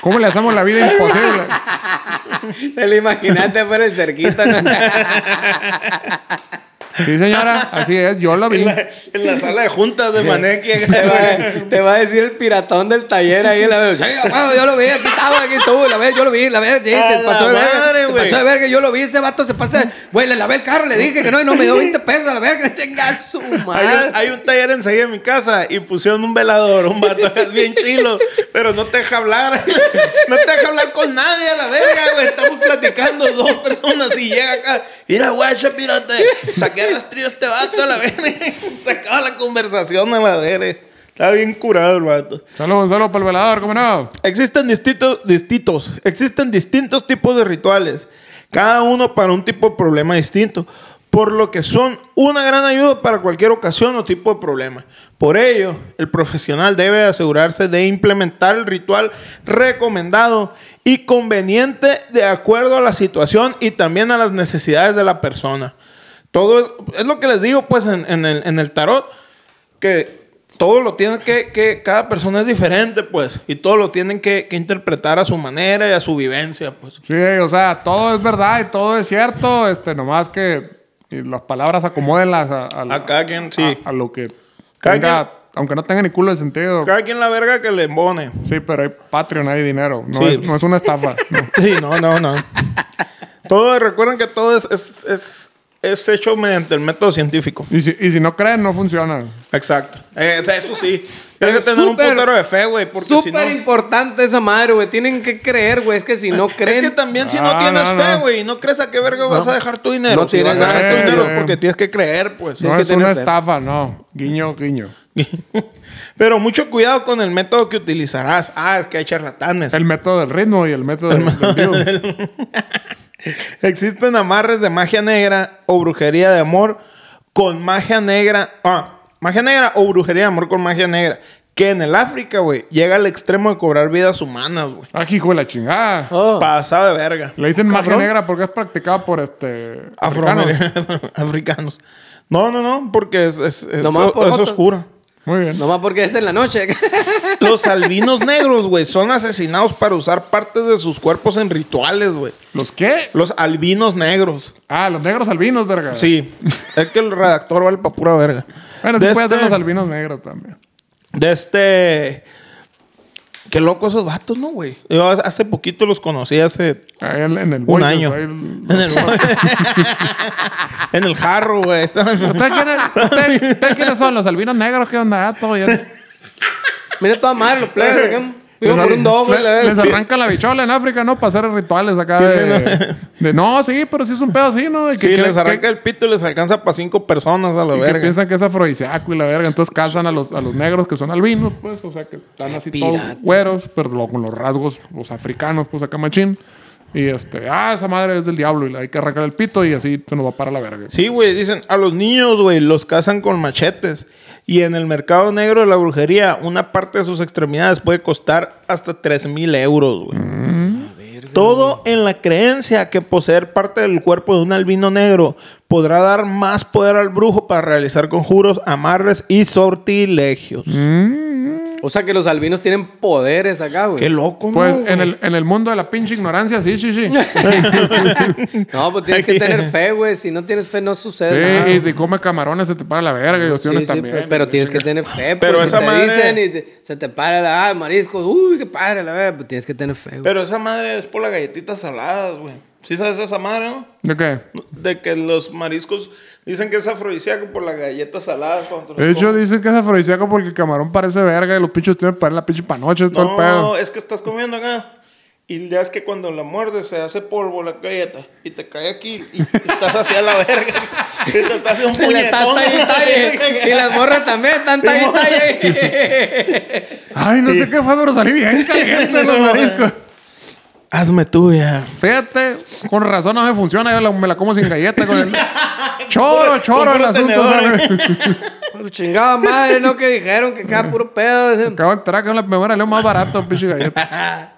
Speaker 2: ¿Cómo le hacemos la vida imposible?
Speaker 4: Te lo imaginaste fuera el cerquito. ¿no?
Speaker 2: Sí, señora, así es, yo lo vi.
Speaker 3: en, la, en la sala de juntas de Manequi.
Speaker 4: Te va, te va a decir el piratón del taller ahí, la verdad. "Sí, huevo, yo lo vi, aquí estaba, aquí estuvo, la vez, yo lo vi, la vez, sí,
Speaker 3: A
Speaker 4: se
Speaker 3: la
Speaker 4: pasó de verga.
Speaker 3: madre,
Speaker 4: se
Speaker 3: güey.
Speaker 4: pasó de verga, yo lo vi, ese vato se pasa. Güey, le lavé el carro, le dije que no, y no me dio 20 pesos, a la verga, tenga su
Speaker 3: Hay
Speaker 4: madre.
Speaker 3: un, hay un taller enseguida en mi casa y pusieron un velador, un vato es bien chilo, pero no te deja hablar. No te deja hablar con nadie a la verga, güey. Estamos platicando dos personas y llega acá. Mira, guacha, pirate. Saqué el rastrillo a este vato a la verga. Se acaba la conversación a la verga. Está bien curado el vato.
Speaker 2: Saludos, Gonzalo, para el velador, ¿cómo no?
Speaker 3: Existen distintos, distintos, existen distintos tipos de rituales, cada uno para un tipo de problema distinto, por lo que son una gran ayuda para cualquier ocasión o tipo de problema. Por ello, el profesional debe asegurarse de implementar el ritual recomendado y conveniente de acuerdo a la situación y también a las necesidades de la persona. Todo es, es lo que les digo pues en, en el, en el tarot, que todo lo tienen que, que, cada persona es diferente pues, y todo lo tienen que, que interpretar a su manera y a su vivencia pues.
Speaker 2: Sí, o sea, todo es verdad y todo es cierto, este, nomás que y las palabras acomódenlas a, a-
Speaker 3: A cada quien, sí.
Speaker 4: Ah,
Speaker 2: a- a lo que
Speaker 3: Cada
Speaker 2: tenga, aunque no tenga ni culo de sentido.
Speaker 3: Cada quien la verga que le embone.
Speaker 2: Sí, pero hay Patreon, hay dinero. No,
Speaker 3: Sí.
Speaker 2: es, no es una estafa. no.
Speaker 3: Sí, no, no, no. Todo, recuerden que todo es, es, es, es hecho mediante el método científico.
Speaker 2: Y, si, y si no creen, no funciona.
Speaker 3: Exacto. Eh, eso sí. Tienes que
Speaker 4: Es
Speaker 3: tener
Speaker 4: súper-
Speaker 3: un putero de fe, güey, porque si no...
Speaker 4: Súper importante esa madre, güey. Tienen que creer, güey. Es que si no
Speaker 3: Es
Speaker 4: creen.
Speaker 3: que también si no
Speaker 2: Ah,
Speaker 3: tienes
Speaker 2: no,
Speaker 3: fe,
Speaker 2: no.
Speaker 3: güey, no crees a qué verga vas a dejar tu dinero.
Speaker 4: No
Speaker 3: Si
Speaker 4: tienes
Speaker 3: vas a dejar tu
Speaker 2: razón,
Speaker 3: dinero
Speaker 2: güey.
Speaker 3: porque tienes que creer, pues.
Speaker 4: Sí. Tienes
Speaker 2: no
Speaker 4: que
Speaker 2: es una
Speaker 4: tener fe.
Speaker 2: estafa, no. Guiño, guiño.
Speaker 3: Pero mucho cuidado con el método que utilizarás. Ah, es que hay charlatanes.
Speaker 2: El método del ritmo y el método del, del vivo.
Speaker 3: Existen amarres de magia negra o brujería de amor con magia negra. Ah, magia negra o brujería de amor con magia negra. Que en el África, güey, llega al extremo de cobrar vidas humanas, güey.
Speaker 2: Ah, hijo de la chingada.
Speaker 3: Ah,
Speaker 4: Oh.
Speaker 3: Pasado de verga.
Speaker 2: Le dicen magia
Speaker 4: Cabrón.
Speaker 2: negra porque es practicada por este. africanos.
Speaker 3: Afroamericanos. Africanos. No, no, no, porque es, es, es-
Speaker 4: Nomás por
Speaker 3: es
Speaker 4: joto.
Speaker 3: oscuro.
Speaker 2: Muy bien.
Speaker 4: Nomás porque es en la noche.
Speaker 3: Los albinos negros, güey, son asesinados para usar partes de sus cuerpos en rituales, güey.
Speaker 2: ¿Los qué?
Speaker 3: Los albinos negros.
Speaker 2: Ah, los negros albinos, verga.
Speaker 3: Sí, es que el redactor vale pa' pura verga.
Speaker 2: Ah. Bueno, sí
Speaker 3: De
Speaker 2: puede ser
Speaker 3: este-
Speaker 2: los albinos negros también.
Speaker 3: De este. Qué loco esos vatos, ¿no, güey? Yo hace poquito los conocí, hace.
Speaker 2: Ahí en, en el Voices,
Speaker 3: año.
Speaker 2: ahí
Speaker 3: En el, en el jarro, güey. Estaban-
Speaker 2: ¿Ustedes quiénes, ustedes- ustedes quiénes son? ¿Los albinos negros? ¿Qué onda? Ah, todo bien.
Speaker 4: Mira toda madre, los plebes. acá. Vivo por un doble,
Speaker 2: Les-
Speaker 4: la verga.
Speaker 2: Les arranca la bichola en África, ¿no? Para hacer rituales acá de, de- No, sí, pero sí es un pedo así, ¿no? Y
Speaker 3: Sí,
Speaker 2: que-
Speaker 3: les
Speaker 2: que-
Speaker 3: arranca el pito y les alcanza para cinco personas a la
Speaker 2: y que
Speaker 3: verga.
Speaker 2: piensan que es afrodisíaco y la verga. Entonces casan a los, a los negros que son albinos, pues. O sea, que están así todos
Speaker 4: Piratas.
Speaker 2: güeros, pero lo- con los rasgos, los africanos, pues acá machín. Y este, ah, esa madre es del diablo y la hay que arrancar el pito y así se nos va para la verga.
Speaker 3: Sí, güey, dicen, a los niños, güey, los cazan con machetes. Y en el mercado negro de la brujería, una parte de sus extremidades puede costar hasta 3 mil euros, güey. Todo en la creencia que poseer parte del cuerpo de un albino negro podrá dar más poder al brujo para realizar conjuros, amarres y sortilegios.
Speaker 2: Mm.
Speaker 4: O sea que los albinos tienen poderes acá,
Speaker 3: Qué
Speaker 4: güey.
Speaker 3: loco, ¿no?
Speaker 2: Pues
Speaker 3: güey?
Speaker 2: en, el, en el mundo de la pinche ignorancia, sí, sí, sí.
Speaker 4: No, pues tienes que tener fe, güey. Si no tienes fe, no sucede nada.
Speaker 2: Sí, y si come camarones se te para la verga y los
Speaker 4: Sí,
Speaker 2: tiones
Speaker 4: sí,
Speaker 2: también.
Speaker 4: pero, pero tienes que tener fe, pues,
Speaker 3: Pero
Speaker 4: si
Speaker 3: esa
Speaker 4: te
Speaker 3: madre-
Speaker 4: dicen y te- se te para la ah, marisco, uy, qué padre, la verdad, pues tienes que tener fe, güey.
Speaker 3: Pero esa madre es por las galletitas saladas, güey. ¿Sí sabes esa madre, no?
Speaker 2: ¿De qué?
Speaker 3: De que los mariscos dicen que es afrodisíaco por las galletas saladas. cuando te
Speaker 2: De
Speaker 3: las
Speaker 2: hecho,
Speaker 3: comes.
Speaker 2: dicen que es afrodisíaco porque el camarón parece verga y los pinches tienen para la pinche panoche, es todo el
Speaker 3: No,
Speaker 2: pedo.
Speaker 3: es que estás comiendo acá. Y ya es que cuando la muerdes se hace polvo la galleta y te cae aquí y estás hacia la verga. Y te estás haciendo un
Speaker 4: Y la están
Speaker 3: puñetón.
Speaker 4: talle y talle. Y las morras también están talle y talle.
Speaker 2: Ay, no sé qué fue, pero salí bien caliente los mariscos.
Speaker 3: Hazme tuya.
Speaker 2: Fíjate, con razón no me funciona, yo la- me la como sin galleta con el... Choro, choro
Speaker 3: Con
Speaker 2: el
Speaker 3: puro
Speaker 2: asunto.
Speaker 3: tenedor, eh.
Speaker 2: ¿sabes?
Speaker 4: Pues, Chingada madre, ¿no? Que dijeron que cada puro pedo. ese-
Speaker 2: Acabo de enterar que es la memoria leo más barato, pinche galleta.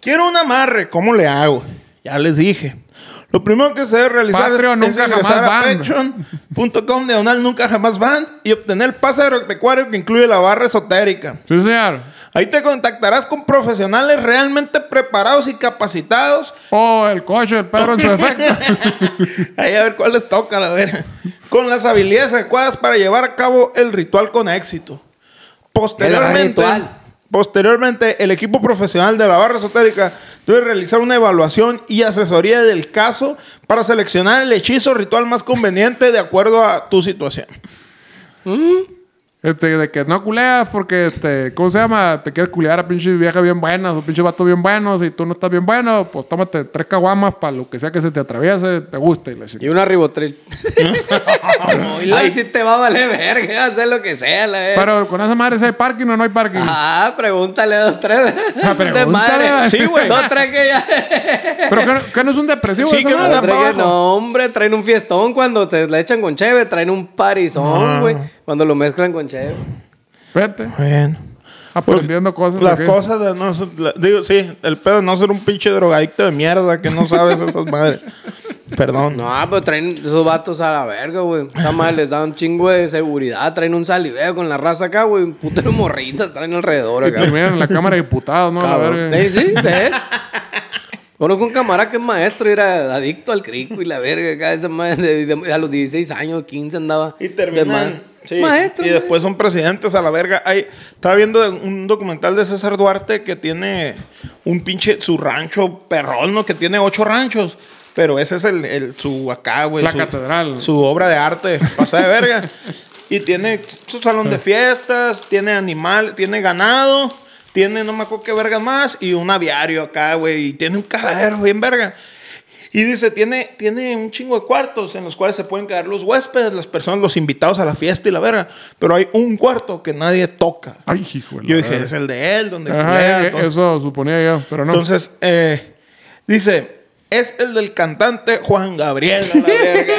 Speaker 3: Quiero un amarre. ¿Cómo le hago? Ya les dije. Lo primero que se debe realizar es-
Speaker 2: Patreon
Speaker 3: es,
Speaker 2: nunca
Speaker 3: ingresar
Speaker 2: jamás
Speaker 3: a
Speaker 2: van.
Speaker 3: patreon.com diagonal nunca jamás van y obtener el pase agropecuario que incluye la barra esotérica.
Speaker 2: Sí, señor.
Speaker 3: Ahí te contactarás con profesionales realmente preparados y capacitados
Speaker 2: Oh, el coche, el perro en su efecto.
Speaker 3: Ahí a ver cuál les toca, la ver. Con las habilidades adecuadas para llevar a cabo el ritual con éxito. Posteriormente,
Speaker 4: El ritual.
Speaker 3: posteriormente el equipo profesional de la barra esotérica debe realizar una evaluación y asesoría del caso para seleccionar el hechizo o ritual más conveniente de acuerdo a tu situación.
Speaker 2: Este, de que no culeas porque, este, ¿cómo se llama? Te quieres culear a pinche vieja bien buenas o pinche vato bien buenos y tú no estás bien bueno, pues tómate tres caguamas para lo que sea que se te atraviese, te guste. Y la chica.
Speaker 4: Y una ribotril. Ahí sí te va a valer verga, hacer lo que sea, la verga.
Speaker 2: Pero con esa madre, ¿sí ¿hay parking o no hay parking?
Speaker 4: Ah, pregúntale dos, tres.
Speaker 2: pregúntale.
Speaker 4: De madre.
Speaker 3: Sí, güey.
Speaker 4: Dos, tres que ya.
Speaker 2: ¿Pero que no, que no es un depresivo
Speaker 3: Sí,
Speaker 2: esa
Speaker 3: que no
Speaker 2: madre?
Speaker 3: está-
Speaker 4: Traen-
Speaker 3: abajo.
Speaker 2: Ah.
Speaker 4: no, hombre, traen un fiestón cuando te la echan con cheve, traen un parizón, güey. Cuando lo mezclan con cheve.
Speaker 2: Vete.
Speaker 3: Bueno.
Speaker 2: Aprendiendo cosas.
Speaker 3: Pues, Las
Speaker 2: aquí.
Speaker 3: cosas de no ser- la- digo, sí, el pedo de no ser un pinche drogadicto de mierda que no sabes esas madres. Perdón.
Speaker 4: No, pero traen esos vatos a la verga, güey. Esa madre les da un chingo de seguridad. Traen un saliveo con la raza acá, güey. Un putero morritas traen alrededor acá.
Speaker 2: Y miran en la Cámara de Diputados, ¿no? A la
Speaker 4: Cabrón.
Speaker 2: verga.
Speaker 4: Sí, sí, de hecho. Uno con camarada que es maestro era adicto al crico y la verga. Acá esa madre de- de- a los 16 años, 15 andaba.
Speaker 3: Y
Speaker 4: de ma-
Speaker 3: terminan. sí,
Speaker 4: Maestro.
Speaker 3: Y después son presidentes a la verga. Ay, estaba viendo un documental de César Duarte que tiene un pinche. Su rancho perrón, ¿no? Que tiene ocho ranchos. Pero ese es el, el- su acá, güey.
Speaker 2: La
Speaker 3: su-
Speaker 2: catedral.
Speaker 3: Su obra de arte. Pasa de verga. y tiene su salón de fiestas, tiene animal, tiene ganado, tiene no me acuerdo qué verga más. Y un aviario acá, güey. Y tiene un cagadero bien verga. Y dice, tiene, tiene un chingo de cuartos en los cuales se pueden quedar los huéspedes, las personas, los invitados a la fiesta y la verga. Pero hay un cuarto que nadie toca.
Speaker 2: Ay, hijo. de la
Speaker 3: Yo dije,
Speaker 2: verga.
Speaker 3: es el de él, donde
Speaker 2: Ajá,
Speaker 3: culea,
Speaker 2: eh,
Speaker 3: entonces-
Speaker 2: eso suponía yo, pero no.
Speaker 3: entonces, eh, dice, es el del cantante Juan Gabriel. a la verga.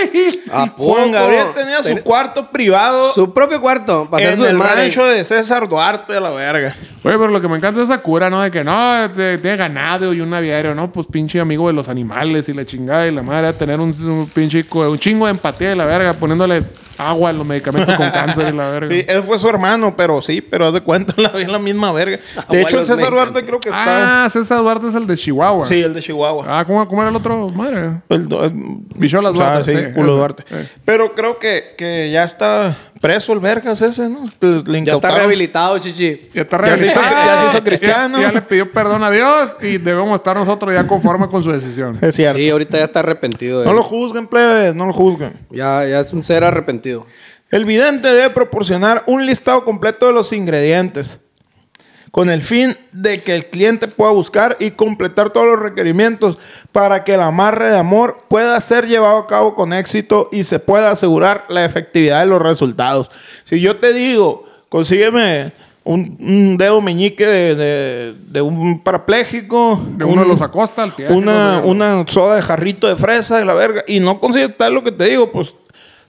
Speaker 4: ¿A poco?
Speaker 3: Juan Gabriel tenía su
Speaker 4: Ten-
Speaker 3: cuarto privado
Speaker 4: Su propio cuarto. Para hacer
Speaker 3: en
Speaker 4: su
Speaker 3: el
Speaker 4: desmadre.
Speaker 3: rancho de César Duarte, a la verga.
Speaker 2: Oye, pero lo que me encanta es esa cura, ¿no? De que no, te- tiene ganado y un aviario, ¿no? Pues pinche amigo de los animales y la chingada y la madre, tener un, un pinche co- un chingo de empatía y la verga, poniéndole agua a los medicamentos con cáncer y la verga.
Speaker 3: Sí, él fue su hermano, pero sí, pero haz de cuenta, la vi en la misma verga. De
Speaker 4: Abuelos
Speaker 3: hecho, el César
Speaker 4: me
Speaker 3: Duarte creo que está...
Speaker 2: ah, César Duarte es el de Chihuahua.
Speaker 3: Sí, el de Chihuahua.
Speaker 2: Ah, ¿cómo, cómo era el otro? Madre.
Speaker 3: El, do- el-
Speaker 2: Bicholas
Speaker 3: o sea,
Speaker 2: Duarte,
Speaker 3: sí,
Speaker 2: sí,
Speaker 3: culo
Speaker 2: ese,
Speaker 3: Duarte.
Speaker 2: sí.
Speaker 3: Pero creo que, que ya está preso el vergas ese, ¿no? Pues, Le- le
Speaker 4: Ya está
Speaker 3: incautaron.
Speaker 4: rehabilitado, chichi.
Speaker 2: Ya está
Speaker 3: Ya se hizo-
Speaker 2: rehabilitado.
Speaker 3: ya se hizo cristiano.
Speaker 2: Ya, ya le pidió perdón a Dios y debemos estar nosotros ya conformes con su decisión.
Speaker 3: Es cierto.
Speaker 4: Sí, ahorita ya está arrepentido.
Speaker 3: No
Speaker 4: eh.
Speaker 3: lo juzguen, plebes, no lo juzguen.
Speaker 4: ya, ya es un ser arrepentido.
Speaker 3: El vidente debe proporcionar un listado completo de los ingredientes con el fin de que el cliente pueda buscar y completar todos los requerimientos para que el amarre de amor pueda ser llevado a cabo con éxito y se pueda asegurar la efectividad de los resultados. Si yo te digo, consígueme un, un dedo meñique de, de- de un parapléjico,
Speaker 2: De uno
Speaker 3: un-
Speaker 2: los acosta al pie.
Speaker 3: una, una soda de jarrito de fresa de la verga y no consigues tal lo que te digo, pues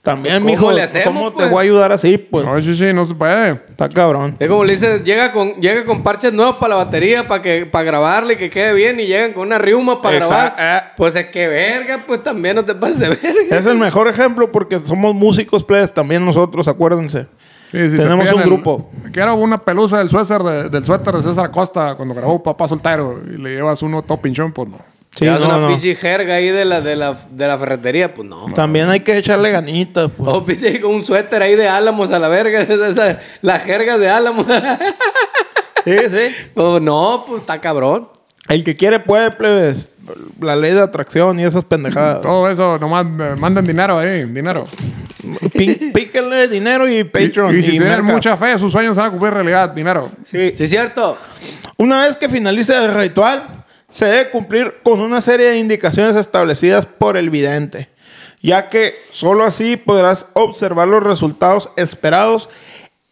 Speaker 3: también,
Speaker 4: ¿Cómo
Speaker 3: mijo,
Speaker 4: le hacemos,
Speaker 3: ¿cómo te
Speaker 4: pues?
Speaker 3: voy a ayudar así? Pues
Speaker 2: No, sí, sí, no se puede.
Speaker 3: está cabrón.
Speaker 4: Es como le dicen, llega con, llega con parches nuevos para la batería, para que, para grabarle y que quede bien, y llegan con una riuma para
Speaker 3: Exa-
Speaker 4: grabar.
Speaker 3: ah.
Speaker 4: Pues es que verga, pues también no te pases de verga.
Speaker 3: Es el mejor ejemplo porque somos músicos, plebes, también nosotros, acuérdense.
Speaker 2: Sí, si te
Speaker 3: Tenemos
Speaker 2: piden
Speaker 3: un
Speaker 2: el-
Speaker 3: grupo.
Speaker 2: Quiero una pelusa del suéter de, del suéter de César Costa cuando grabó Papá Soltero y le llevas uno top pinchón, pues no.
Speaker 3: Sí,
Speaker 4: Te das
Speaker 3: no,
Speaker 4: una
Speaker 3: no.
Speaker 4: pinche jerga ahí de la, de la, de la ferretería, pues no.
Speaker 3: También hay que echarle ganitas, pues.
Speaker 4: O pinche con un suéter ahí de álamos a la verga, esa- esa- las jergas de álamos.
Speaker 3: Sí, sí.
Speaker 4: o no, pues está cabrón.
Speaker 3: El que quiere puede, plebes. La ley de atracción y esas pendejadas.
Speaker 2: Todo eso, nomás me mandan dinero ahí, dinero.
Speaker 3: Pí- Píquenle dinero y Patreon.
Speaker 2: y, y si tienen
Speaker 3: merca.
Speaker 2: mucha fe, sus sueños se van a cumplir realidad, dinero.
Speaker 3: Sí.
Speaker 4: Sí, es cierto.
Speaker 3: Una vez que finalice el ritual, se debe cumplir con una serie de indicaciones establecidas por el vidente, ya que sólo así podrás observar los resultados esperados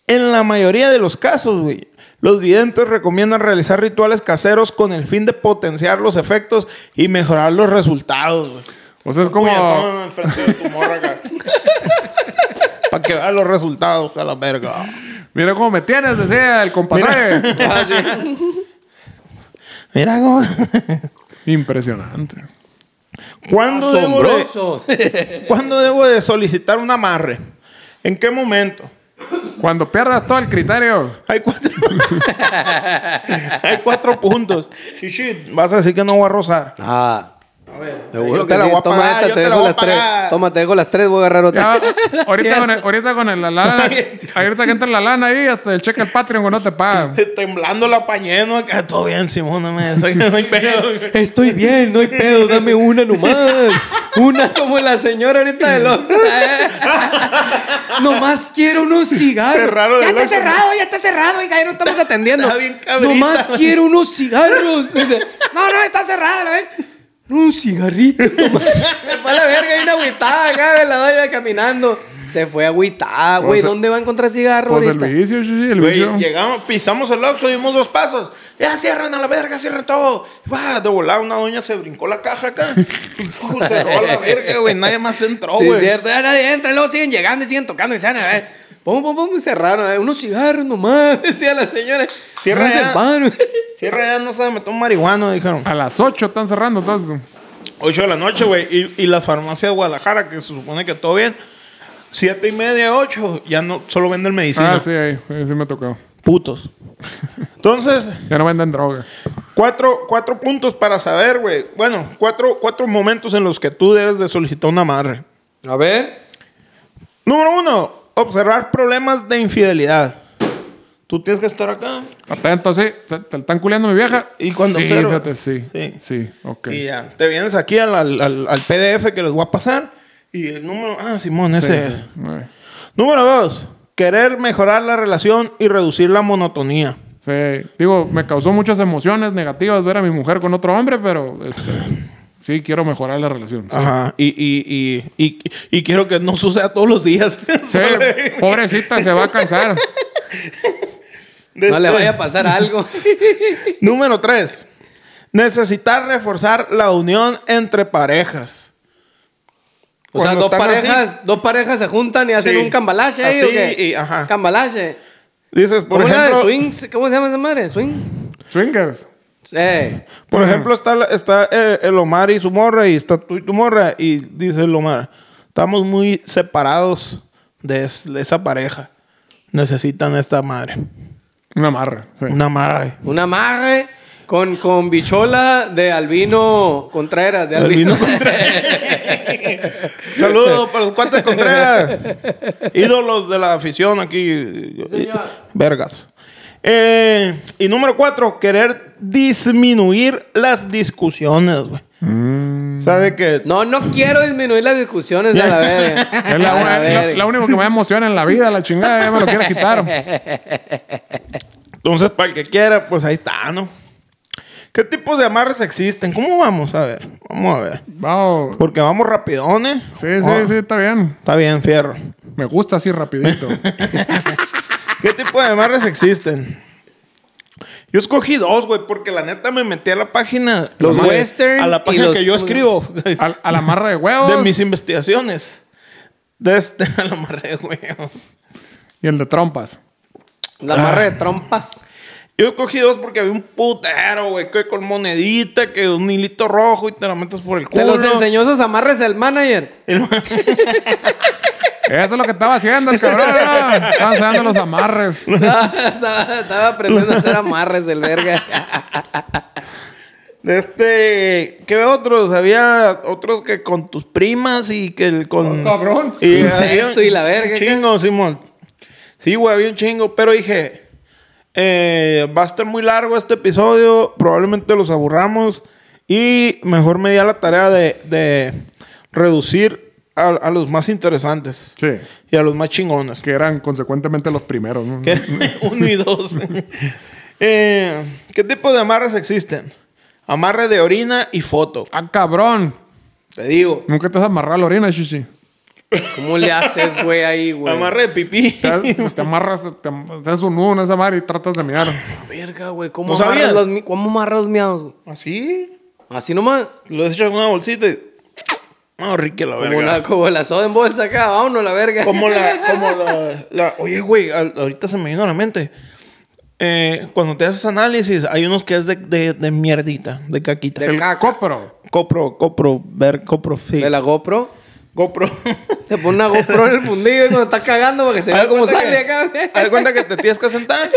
Speaker 3: en la mayoría de los casos, güey. Los videntes recomiendan realizar rituales caseros con el fin de potenciar los efectos y mejorar los resultados, güey.
Speaker 2: O sea, es como.
Speaker 3: Puñetón enfrente de tu morra acá. Para que veas los resultados a la verga.
Speaker 2: Mira cómo me tienes, decía el compadre.
Speaker 4: Ah, sí.
Speaker 3: Mira cómo.
Speaker 2: Impresionante.
Speaker 3: ¿Cuándo debo de-
Speaker 4: Asombroso.
Speaker 3: ¿Cuándo debo de solicitar un amarre? ¿En qué momento?
Speaker 2: Cuando pierdas todo el criterio.
Speaker 3: Hay cuatro, Hay cuatro puntos. Chichi, vas a decir que no voy a rozar.
Speaker 4: ah.
Speaker 3: A ver,
Speaker 4: Seguro
Speaker 3: yo
Speaker 4: que
Speaker 3: te la
Speaker 4: sí.
Speaker 3: voy a
Speaker 4: Toma
Speaker 3: pagar,
Speaker 4: esta,
Speaker 3: yo
Speaker 4: te
Speaker 3: te la
Speaker 4: dejo
Speaker 3: voy a
Speaker 4: las tres.
Speaker 3: pagar.
Speaker 4: Toma, te dejo las tres, voy a agarrar otra.
Speaker 2: Ya, ahorita, con el-
Speaker 4: Cierto.
Speaker 2: ahorita con el- la lana. ahorita que entra la lana ahí, hasta el cheque al Patreon que no te pagan.
Speaker 3: Temblando la pañeno acá. Todo bien, Simón, no me no hay pedo.
Speaker 4: Estoy bien, no hay pedo, dame una nomás. Una como la señora ahorita del Oxxo. nomás quiero unos cigarros.
Speaker 3: Cerraron
Speaker 4: ya
Speaker 3: el
Speaker 4: está
Speaker 3: Oxxo,
Speaker 4: cerrado, ya está cerrado, oiga, ya no estamos atendiendo.
Speaker 3: Está bien cabrita.
Speaker 4: nomás quiero unos cigarros. Dice, no, no, está cerrado, la vez. Un cigarrito. nomás. Se fue a la verga, una agüitada acá de la doña caminando. Se fue agüitada, güey.
Speaker 2: Pues,
Speaker 4: ¿Dónde va a encontrar cigarro
Speaker 2: Pues el
Speaker 4: ahorita?
Speaker 2: vicio, sí, sí, el vicio.
Speaker 3: Güey, llegamos, pisamos el Oxxo, dimos dos pasos. Ya cierran a la verga, cierran todo. Va, de volada una doña se brincó la caja acá. se robó la verga, güey. Nadie más entró,
Speaker 4: sí,
Speaker 3: Oh,
Speaker 4: Ah,
Speaker 3: güey.
Speaker 4: es cierto. Ya nadie entra, luego siguen llegando y siguen tocando y se van a ver. Pum, pum, pum, cerraron. eh, Unos cigarros nomás, decía la señora.
Speaker 3: Cierra
Speaker 4: No se
Speaker 3: ya.
Speaker 4: paran.
Speaker 3: Cierra ya, no se metió un marihuano, dijeron.
Speaker 2: A las 8 están cerrando, entonces.
Speaker 3: 8 de la noche, güey. Y, y la farmacia de Guadalajara, que se supone que todo bien. Siete y media, ocho, ya no, solo venden medicina.
Speaker 2: ah, sí, ahí. ahí Sí me ha tocado.
Speaker 3: Putos. Entonces,
Speaker 2: Ya no venden droga.
Speaker 3: cuatro, cuatro puntos para saber, güey. Bueno, cuatro, cuatro momentos en los que tú debes de solicitar un amarre.
Speaker 4: A ver.
Speaker 3: Número uno, observar problemas de infidelidad. Tú tienes que estar acá.
Speaker 2: Atento, sí. ¿Te, te están culeando mi vieja?
Speaker 3: Y cuando
Speaker 2: Sí,
Speaker 3: observa.
Speaker 2: fíjate, sí.
Speaker 3: Sí.
Speaker 2: Sí. ok.
Speaker 3: Y ya, te vienes aquí al, al- al- al PDF que les voy a pasar. Y el número... Ah, Simón,
Speaker 2: Sí,
Speaker 3: ese es.
Speaker 2: sí. Ay.
Speaker 3: Número dos, querer mejorar la relación y reducir la monotonía.
Speaker 2: Sí. Digo, me causó muchas emociones negativas ver a mi mujer con otro hombre, pero este, sí quiero mejorar la relación. sí.
Speaker 3: Ajá. Y, y, y, y, y quiero que no suceda todos los días.
Speaker 2: Sí, pobrecita, se va a cansar.
Speaker 4: No
Speaker 3: este.
Speaker 4: le vaya a pasar algo.
Speaker 3: Número tres, necesitar reforzar la unión entre parejas.
Speaker 4: O sea,
Speaker 3: Cuando
Speaker 4: dos
Speaker 3: están
Speaker 4: parejas,
Speaker 3: así,
Speaker 4: dos parejas se juntan y hacen
Speaker 3: Sí.
Speaker 4: un cambalache ahí, ¿o
Speaker 3: Así,
Speaker 4: qué?
Speaker 3: y- ajá.
Speaker 4: Cambalache.
Speaker 3: dices, por
Speaker 4: Como una de
Speaker 3: ejemplo,
Speaker 4: swings. ¿Cómo se llama esa madre? ¿Swings?
Speaker 2: Swingers.
Speaker 4: Sí.
Speaker 3: por ejemplo está, la- está eh, el Omar y su morra y está tú y tu morra y dice el Omar, estamos muy separados de, es- de esa pareja. Necesitan esta madre.
Speaker 2: Una amarra. sí.
Speaker 3: Una madre.
Speaker 4: Un amarre con, con bichola de Albino Contreras. De Albino,
Speaker 3: Albino Contreras. Saludos para los cuates Contreras. Ídolos de la afición aquí.
Speaker 4: señor.
Speaker 3: Vergas. Eh, y número cuatro, querer disminuir las discusiones, güey. O sea, de que...
Speaker 4: No, no quiero disminuir las discusiones a la verga.
Speaker 2: Es la,
Speaker 4: A
Speaker 2: una- la-
Speaker 4: verga.
Speaker 2: la única que me emociona en la vida, la chingada, ya me lo quiere quitar.
Speaker 3: Entonces, para el que quiera, pues ahí está, ¿no? ¿Qué tipos de amarres existen? ¿Cómo vamos? A ver, vamos a ver.
Speaker 2: Vamos.
Speaker 3: Porque vamos rapidones.
Speaker 2: Sí, sí,
Speaker 3: Oh,
Speaker 2: sí, está bien.
Speaker 3: Está bien, fierro.
Speaker 2: Me gusta así rapidito.
Speaker 3: ¿Qué tipo de amarres existen? Yo escogí dos, güey, porque la neta me metí a la página.
Speaker 4: Los
Speaker 3: güey,
Speaker 4: western
Speaker 3: A
Speaker 4: y
Speaker 3: la página
Speaker 4: los-
Speaker 3: que yo escribo. De
Speaker 2: Al- a la amarra de huevos
Speaker 3: mis investigaciones. De este, al amarre, güey.
Speaker 2: y el de trompas.
Speaker 4: La amarre de trompas.
Speaker 3: Yo escogí dos porque había un putero, güey, que con monedita, que un hilito rojo y te la metes por el
Speaker 4: Te
Speaker 3: culo.
Speaker 4: los enseñó esos amarres el manager.
Speaker 3: El-
Speaker 2: Eso es lo que estaba haciendo el cabrón. ¿no? Estaba enseñando los amarres.
Speaker 4: Ah, estaba, estaba aprendiendo a hacer amarres el verga.
Speaker 3: de este, ¿qué otros? Había otros que con tus primas y que el con.
Speaker 2: Cabrón.
Speaker 3: Y
Speaker 4: Incesto
Speaker 3: había un
Speaker 4: y la verga,
Speaker 3: Chingo, Simón. Sí, güey, había un chingo. Pero dije, eh, va a estar muy largo este episodio. Probablemente los aburramos. Y mejor me di a la tarea de, de reducir a, a los más interesantes
Speaker 2: Sí.
Speaker 3: y a los más chingones.
Speaker 2: Que eran consecuentemente los primeros. ¿no?
Speaker 3: Que- Uno y dos. Eh, ¿Qué tipo de amarres existen? Amarre de orina y foto.
Speaker 2: Ah, cabrón.
Speaker 3: Te digo.
Speaker 2: Nunca te has amarrado la orina, chichi.
Speaker 4: ¿Cómo le haces, güey, ahí, güey?
Speaker 3: Amarre de pipí.
Speaker 2: Te, te amarras, te, am- te haces un nudo en esa madre y tratas de mirar.
Speaker 4: Verga, güey. ¿Cómo,
Speaker 3: ¿No
Speaker 4: amarras
Speaker 3: sabías?
Speaker 4: los, mi- ¿Cómo amarras los miados? güey?
Speaker 3: Así.
Speaker 4: Así nomás.
Speaker 3: Lo echas en una bolsita y. No, rique la
Speaker 4: Como
Speaker 3: verga.
Speaker 4: la, como la soda en bolsa acá. Vámonos, la verga.
Speaker 3: Como la. Como la, la- Oye, güey, al- ahorita se me vino a la mente. Eh, cuando te haces análisis, hay unos que es de, de, de mierdita, de caquita.
Speaker 4: De
Speaker 2: El
Speaker 4: caca.
Speaker 2: copro.
Speaker 3: Copro, copro, ver, copro, sí.
Speaker 4: De la GoPro.
Speaker 3: Copro.
Speaker 4: Se pone una GoPro en el fundillo y cuando está cagando para que se
Speaker 3: Haz
Speaker 4: vea cómo
Speaker 3: cuenta
Speaker 4: sale
Speaker 3: que-
Speaker 4: acá, güey.
Speaker 3: Haz cuenta que te tienes que sentar.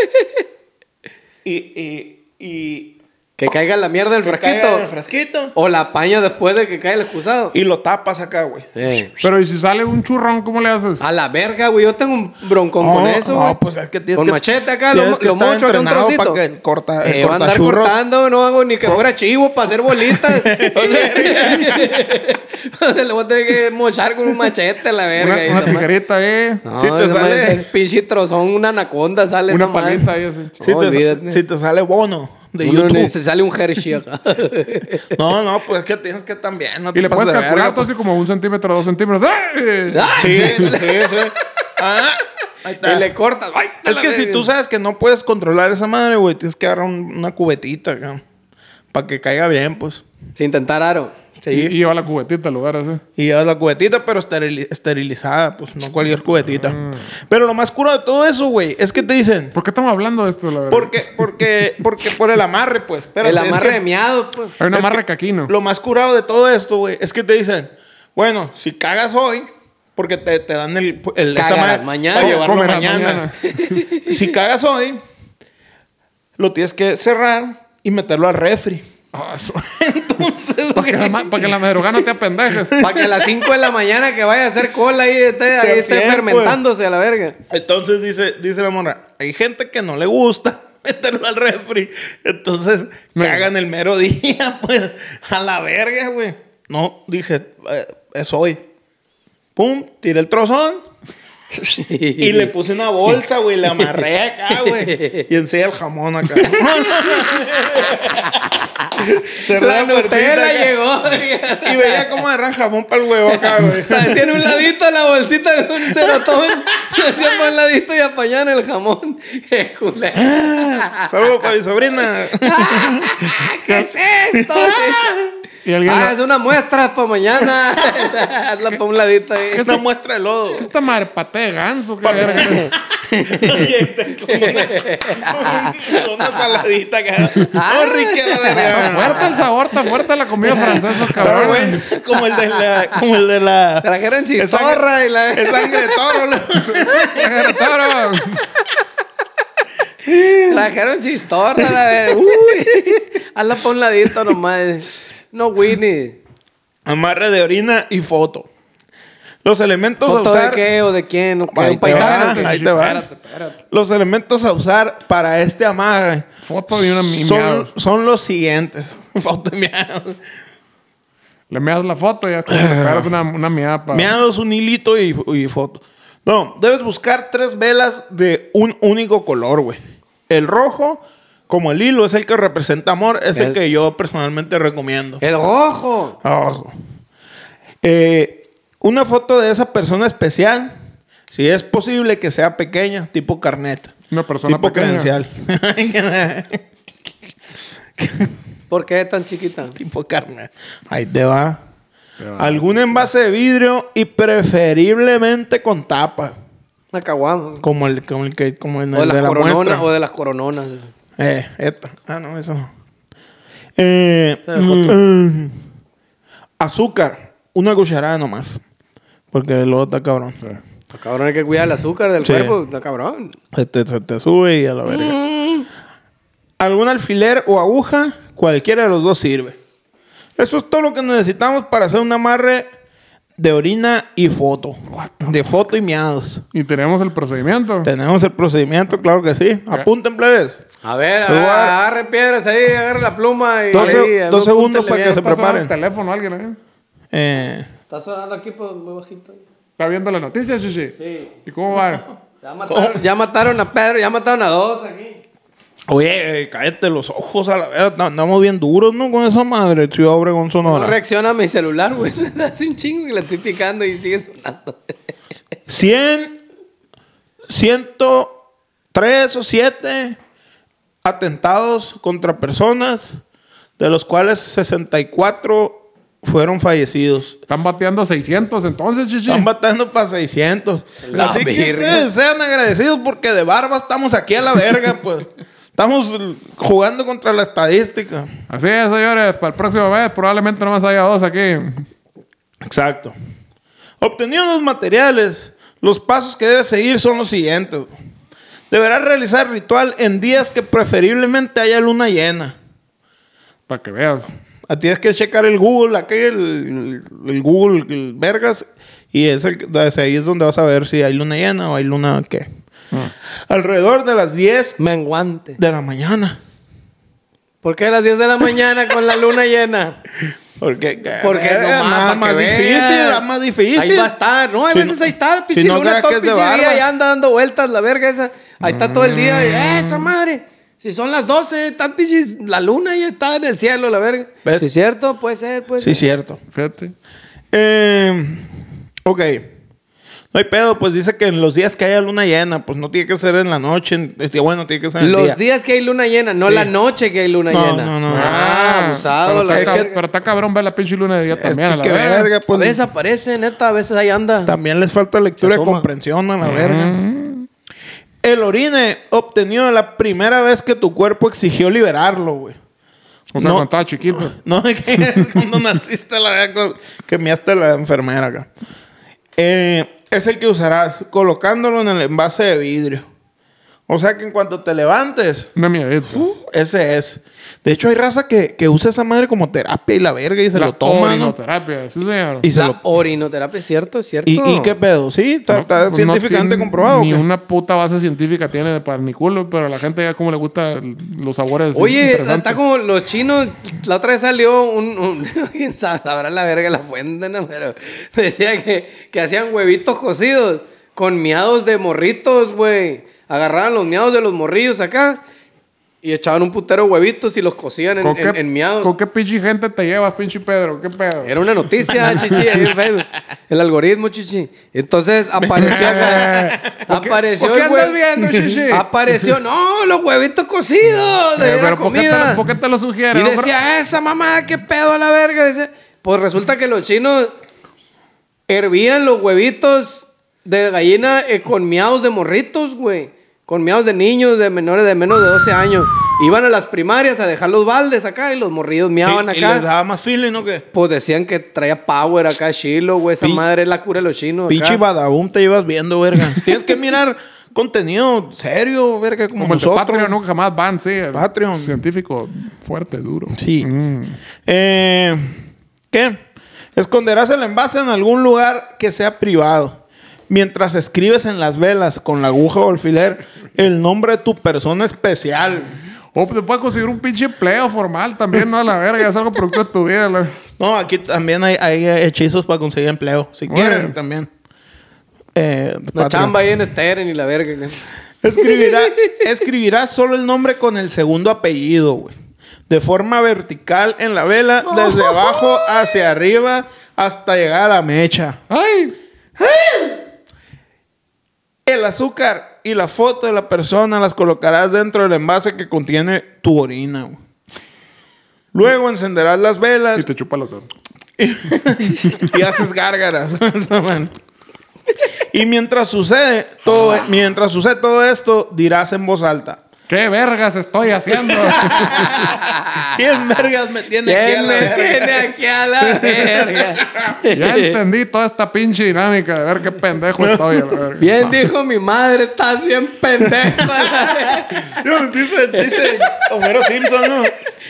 Speaker 3: Y. y, y
Speaker 4: Que caiga la mierda del
Speaker 3: caiga el
Speaker 4: frasquito.
Speaker 3: frasquito.
Speaker 4: O la paña después de que cae el excusado.
Speaker 3: Y lo tapas acá, güey.
Speaker 4: Eh.
Speaker 2: Pero ¿y si sale un churrón, cómo le haces?
Speaker 4: A la verga, güey. Yo tengo un broncón
Speaker 3: No,
Speaker 4: con eso,
Speaker 3: no,
Speaker 4: güey.
Speaker 3: pues es que tienes
Speaker 4: Con
Speaker 3: que-
Speaker 4: machete acá, lo,
Speaker 3: tienes que
Speaker 4: lo
Speaker 3: estar
Speaker 4: mocho acá un
Speaker 3: entrenado
Speaker 4: trocito.
Speaker 3: para que el corta- el
Speaker 4: Eh, va a andar
Speaker 3: cortachurros-
Speaker 4: cortando, no hago ni que fuera chivo para hacer bolitas. O sea, le voy a tener que mochar con un machete a la verga.
Speaker 2: Una,
Speaker 4: y
Speaker 2: una
Speaker 4: esa madre.
Speaker 2: tijerita ahí.
Speaker 4: No,
Speaker 3: Sí te
Speaker 4: esa madre
Speaker 3: sale.
Speaker 4: es un pinche trozón, una anaconda sale
Speaker 2: Una
Speaker 4: esa madre.
Speaker 2: palita ahí así.
Speaker 3: Si,
Speaker 4: No,
Speaker 3: te,
Speaker 4: olvídate.
Speaker 3: si te sale bono de
Speaker 4: Uno
Speaker 3: YouTube.
Speaker 4: ni se sale un Hershey acá.
Speaker 3: No, no, pues es que tienes que también. No
Speaker 2: Y
Speaker 3: te
Speaker 2: le puedes
Speaker 3: pases de
Speaker 2: calcular
Speaker 3: verga,
Speaker 2: todo así como un centímetro, dos centímetros. ¡Eh!
Speaker 4: ¡Ah!
Speaker 3: pues. Sí, sí, sí. Ah, ahí está.
Speaker 4: Y le cortas. ¡Ay, a
Speaker 3: Es
Speaker 4: la
Speaker 3: que si
Speaker 4: verga!
Speaker 3: tú sabes que no puedes controlar esa madre, güey, tienes que agarrar un- una cubetita acá. Para que caiga bien, pues.
Speaker 4: Sin intentar aro.
Speaker 3: Sí.
Speaker 2: Y, y lleva la cubetita al lugar ese.
Speaker 3: Y llevas la cubetita, pero esterili- esterilizada, pues no cualquier cubetita.
Speaker 2: Ah.
Speaker 3: Pero lo más curado de todo eso, güey, es que te dicen,
Speaker 2: ¿Por qué estamos hablando de esto, la verdad?
Speaker 3: porque, porque, porque por el amarre, pues. Espérate,
Speaker 4: el
Speaker 3: es
Speaker 4: amarre
Speaker 3: que
Speaker 4: de miado, pues.
Speaker 2: Hay una
Speaker 3: es
Speaker 2: marra
Speaker 3: que
Speaker 2: caquino.
Speaker 3: Lo más curado de todo esto, güey, es que te dicen, bueno, si cagas hoy, porque te, te dan el, el esa
Speaker 4: Cagarás
Speaker 3: madre
Speaker 4: mañana.
Speaker 3: para llevarlo
Speaker 2: Comerás
Speaker 3: mañana.
Speaker 2: mañana.
Speaker 3: si cagas hoy, lo tienes que cerrar y meterlo al refri.
Speaker 2: Ah, eso-
Speaker 3: Entonces,
Speaker 2: Para que, la,
Speaker 3: güey,
Speaker 2: ma- para que la madrugada no te apendejes.
Speaker 4: Para que a las 5 de la mañana que vaya a hacer cola ahí esté, ahí esté
Speaker 3: Así es,
Speaker 4: fermentándose a la verga.
Speaker 3: Entonces dice, dice la morra, hay gente que no le gusta meterlo al refri. Entonces
Speaker 2: Mira.
Speaker 3: cagan el mero día, pues, a la verga, güey. No, dije, "Eh, es hoy. Pum, tiré el trozón y le puse una bolsa, güey, la amarré acá, güey. Y enseñé el jamón acá. Cerré
Speaker 4: La
Speaker 3: puertita
Speaker 4: Nutella
Speaker 3: acá.
Speaker 4: llegó.
Speaker 3: Y veía cómo agarran jamón para el huevo acá, güey.
Speaker 4: Se hacían un ladito la bolsita con un cerotón. Se hacían por un ladito y apañaban el jamón. ¡Qué culero!
Speaker 3: Saludos para mi sobrina. Ah,
Speaker 4: ¿Qué es esto?
Speaker 2: Y alguien.
Speaker 4: Ah,
Speaker 2: la-
Speaker 4: es una muestra para mañana. Hazla para un ladito ahí.
Speaker 3: Esa muestra de lodo.
Speaker 2: Esta madre paté de ganso, qué verga.
Speaker 3: Oye, con una, con una saladita acá. ¡Oh, rica la
Speaker 2: Está fuerte
Speaker 3: verga!
Speaker 2: el sabor, está fuerte la comida francesa,
Speaker 3: Pero,
Speaker 2: cabrón.
Speaker 3: güey, como el de la. Como el de la.
Speaker 4: Trajeron
Speaker 3: es sangre-
Speaker 4: chistorra y la.
Speaker 3: Es sangre de toro, ¿no?
Speaker 2: Pero, cabrón.
Speaker 4: Trajeron chistorra, la verga. Uy. Hazla para un ladito nomás. No, Winnie.
Speaker 3: Amarre de orina y foto. Los elementos a
Speaker 4: ¿Foto de
Speaker 3: usar.
Speaker 4: qué o de
Speaker 3: Ahí
Speaker 4: quién? ¿Un
Speaker 3: te va,
Speaker 4: paisano?
Speaker 3: ahí te va.
Speaker 2: Espérate, espérate.
Speaker 3: Los elementos a usar para este amarre
Speaker 2: Foto de una mi-
Speaker 3: son,
Speaker 2: miados.
Speaker 3: son los siguientes. Foto de miados.
Speaker 2: Le meas la foto y ya es como que te agarras una, una miada para.
Speaker 3: Meados, un hilito y, y foto. No, debes buscar tres velas de un único color, güey. El rojo, como el hilo, es el que representa amor. Es el,
Speaker 4: El-
Speaker 3: que yo personalmente recomiendo.
Speaker 4: El rojo.
Speaker 3: Ojo. Eh, una foto de esa persona especial, si es posible que sea pequeña, tipo carnet.
Speaker 2: Una persona
Speaker 3: tipo
Speaker 2: pequeña.
Speaker 3: credencial.
Speaker 4: ¿Por qué tan chiquita?
Speaker 3: tipo carnet. Ahí te va. Algún envase de vidrio y preferiblemente con tapa.
Speaker 4: Una caguama.
Speaker 3: Como el, como el que, como en
Speaker 4: O de
Speaker 3: el
Speaker 4: las
Speaker 3: de la
Speaker 4: corononas.
Speaker 3: muestra.
Speaker 4: O de las corononas.
Speaker 3: Eh, esta. Ah, no, eso. no. Eh,
Speaker 4: Esa es otra.
Speaker 3: mm, azúcar. Una cucharada nomás. Porque el otro está cabrón.
Speaker 4: Ah, Cabrón, hay que cuidar el azúcar del
Speaker 3: Sí.
Speaker 4: cuerpo. Está cabrón.
Speaker 3: Se te, Este, se te sube y a la verga.
Speaker 4: Mm.
Speaker 3: Algún alfiler o aguja, cualquiera de los dos sirve. Eso es todo lo que necesitamos para hacer un amarre de orina y foto. De foto y miados.
Speaker 2: Y tenemos el procedimiento.
Speaker 3: Tenemos el procedimiento, claro que sí. Apunten, plebes.
Speaker 4: A ver,
Speaker 3: Pues voy a-
Speaker 4: agarren piedras ahí, agarren la pluma y.
Speaker 3: Dos se-
Speaker 4: ahí,
Speaker 3: dos segundos
Speaker 4: apúntenle
Speaker 3: para que
Speaker 4: bien.
Speaker 3: se
Speaker 2: Está sonando
Speaker 3: preparen.
Speaker 2: el teléfono alguien ahí.
Speaker 3: Eh,
Speaker 4: Está sonando aquí pues, muy bajito.
Speaker 2: Está viendo las noticias, Shishi.
Speaker 4: Sí.
Speaker 2: ¿Y cómo va?
Speaker 4: Ya mataron, ya mataron a Pedro, ya mataron a dos aquí.
Speaker 3: oye, eh, cállate los ojos a la verga. Andamos bien duros, ¿no? Con esa madre, Ciudad Obregón
Speaker 4: No
Speaker 3: Sonora.
Speaker 4: reacciona a mi celular, güey. Hace un chingo que le estoy picando y sigue sonando.
Speaker 3: 100, 103 o 7 atentados contra personas, de los cuales 64 fueron fallecidos.
Speaker 2: Están bateando 600 entonces, Shishi.
Speaker 3: Están batando para 600.
Speaker 4: La
Speaker 3: Así que
Speaker 4: verga.
Speaker 3: ustedes sean agradecidos porque de barba estamos aquí a la verga, pues. Estamos jugando contra la estadística.
Speaker 2: Así es, señores. Para el próximo vez probablemente nomás haya dos aquí.
Speaker 3: Exacto. Obtenidos los materiales, los pasos que debes seguir son los siguientes. Deberás realizar ritual en días que preferiblemente haya luna llena.
Speaker 2: Para que veas.
Speaker 3: Ah, Tienes que checar el Google, aquel, el, el Google el vergas, y es el, que- desde ahí es donde vas a ver si hay luna llena o hay luna qué.
Speaker 4: Ah.
Speaker 3: Alrededor de las 10
Speaker 4: Menguante.
Speaker 3: de la mañana.
Speaker 4: ¿Por qué a las 10 de la mañana con la luna llena?
Speaker 3: Porque, eh,
Speaker 4: Porque
Speaker 3: verga,
Speaker 4: no
Speaker 3: más, más difícil, más, más difícil.
Speaker 4: Ahí va a estar, no, a
Speaker 3: Si
Speaker 4: veces
Speaker 3: no-
Speaker 4: ahí está,
Speaker 3: si
Speaker 4: pinche
Speaker 3: no
Speaker 4: luna
Speaker 3: creas
Speaker 4: todo
Speaker 3: que es de
Speaker 4: pinche día
Speaker 3: barba. Mm.
Speaker 4: y anda dando vueltas la verga esa. Ahí está todo el día y "Eh, esa madre. Si son las 12, está pinche la luna y está en el cielo la verga.
Speaker 3: ¿Ves?
Speaker 4: Si es pues. cierto, puede ser, puede
Speaker 3: Sí,
Speaker 4: ser.
Speaker 3: cierto.
Speaker 2: Fíjate.
Speaker 3: Eh, ok. Eh, No hay pedo, pues dice que en los días que haya luna llena, pues no tiene que ser en la noche. en- este, Bueno, tiene que ser en el
Speaker 4: Los
Speaker 3: día.
Speaker 4: días que hay luna llena, no
Speaker 3: Sí.
Speaker 4: la noche que hay luna
Speaker 3: No,
Speaker 4: llena.
Speaker 3: no, no.
Speaker 4: Ah, abusado.
Speaker 2: Pero
Speaker 4: la-
Speaker 2: está, pero está cabrón ver la pinche luna de día
Speaker 3: Es
Speaker 2: también, a la
Speaker 3: que
Speaker 2: verga.
Speaker 3: verga,
Speaker 4: A
Speaker 3: pues,
Speaker 4: veces aparece, neta, a veces ahí anda.
Speaker 3: También les falta lectura
Speaker 4: Se
Speaker 3: y
Speaker 4: asoma. Ah.
Speaker 3: comprensión a la verga. El orine obtenido la primera vez que tu cuerpo exigió liberarlo, güey.
Speaker 2: O sea,
Speaker 3: No.
Speaker 2: cuando estaba chiquito.
Speaker 3: No, de que cuando naciste la verga que miaste la enfermera acá. Eh, es el que usarás colocándolo en el envase de vidrio. O sea que en cuanto te levantes,
Speaker 2: Una miedita.
Speaker 3: Uh, ese es. De hecho, hay raza que, que usa esa madre como terapia y la verga y se lo toma, ¿no?
Speaker 2: Orinoterapia, sí, señor.
Speaker 3: Y se
Speaker 4: La
Speaker 3: lo...
Speaker 4: orinoterapia, ¿cierto? ¿Cierto?
Speaker 3: ¿Y, y qué pedo? Sí, está, está
Speaker 2: No, pues, no
Speaker 3: científicamente
Speaker 2: tiene
Speaker 3: comprobado.
Speaker 2: Ni
Speaker 3: que-
Speaker 2: una puta base científica tiene para mi culo, pero a la gente ya como le gusta el- los sabores.
Speaker 4: Oye,
Speaker 2: interesantes.
Speaker 4: está como los chinos. La otra vez salió un. un- ¿quién sabe? sabrá la verga la fuente, ¿no? Pero decía que, que hacían huevitos cocidos con miados de morritos, güey. Agarraban los miados de los morrillos acá y echaban un putero de huevitos y los cocían en,
Speaker 2: ¿Con
Speaker 4: en- en miados.
Speaker 2: ¿Con qué pinche gente te llevas, pinche Pedro? ¿Qué pedo?
Speaker 4: Era una noticia, chichi, ahí en Facebook. El algoritmo, chichi. Entonces apareció acá.
Speaker 2: ¿Por qué-
Speaker 4: apareció
Speaker 2: por qué
Speaker 4: el hue-
Speaker 2: andas viendo, chichi?
Speaker 4: Apareció, no, los huevitos cocidos. De
Speaker 2: Eh,
Speaker 4: la
Speaker 2: pero ¿por qué, te
Speaker 4: comida.
Speaker 2: lo, ¿por qué te lo sugieren?
Speaker 4: Y
Speaker 2: hombre?
Speaker 4: decía, esa mamá, qué pedo a la verga. Dice, pues resulta que los chinos hervían los huevitos de gallina eh, con miados de morritos, güey. Con miados de niños de menores de menos de 12 años. Iban a las primarias a dejar los baldes acá y los morridos miaban
Speaker 3: Y- y
Speaker 4: acá.
Speaker 3: les daba más feeling, ¿no? Que
Speaker 4: Pues decían que traía power acá, chilo, güey. Esa
Speaker 3: Pin-
Speaker 4: madre es la cura de los chinos. acá.
Speaker 3: pinche badabum te llevas viendo, verga. Tienes que mirar contenido serio, verga, como,
Speaker 2: Como el de
Speaker 3: nosotros.
Speaker 2: Patreon, nunca jamás van, sí. el
Speaker 3: Patreon.
Speaker 2: Científico fuerte, duro. Mm.
Speaker 3: Sí. Eh, ¿Qué? Esconderás el envase en algún lugar que sea privado. Mientras escribes en las velas con la aguja o alfiler el nombre de tu persona especial.
Speaker 2: O te puedes conseguir un pinche empleo formal también, ¿no? A la verga, ya es algo producto de tu vida. la-
Speaker 3: No, aquí también hay, hay eh, hechizos para conseguir empleo. Si
Speaker 2: Bueno.
Speaker 3: quieren, también. Eh,
Speaker 4: Una
Speaker 3: Patreon.
Speaker 4: chamba ahí en Steren y la verga. güey.
Speaker 3: Escribirá, escribirá solo el nombre con el segundo apellido, güey. De forma vertical en la vela, desde abajo hacia arriba, hasta llegar a la mecha.
Speaker 2: ¡Ay!
Speaker 3: El azúcar y la foto de la persona las colocarás dentro del envase que contiene tu orina, güey. Luego encenderás las
Speaker 2: Y
Speaker 3: velas
Speaker 2: te chupa los dedos.
Speaker 3: y haces gárgaras. Esa madre. y mientras sucede, todo, mientras sucede todo esto, dirás en voz alta.
Speaker 2: ¿Qué vergas estoy haciendo?
Speaker 3: ¿Quién vergas me tiene aquí a
Speaker 4: ¿Quién
Speaker 3: la
Speaker 4: me
Speaker 3: verga?
Speaker 4: tiene aquí a la verga?
Speaker 2: ya entendí toda esta pinche dinámica de ver qué pendejo estoy. a la verga.
Speaker 4: Bien dijo mi madre, estás bien pendejo. a la verga.
Speaker 3: Yo, Dice, dice Homero Simpson, ¿no?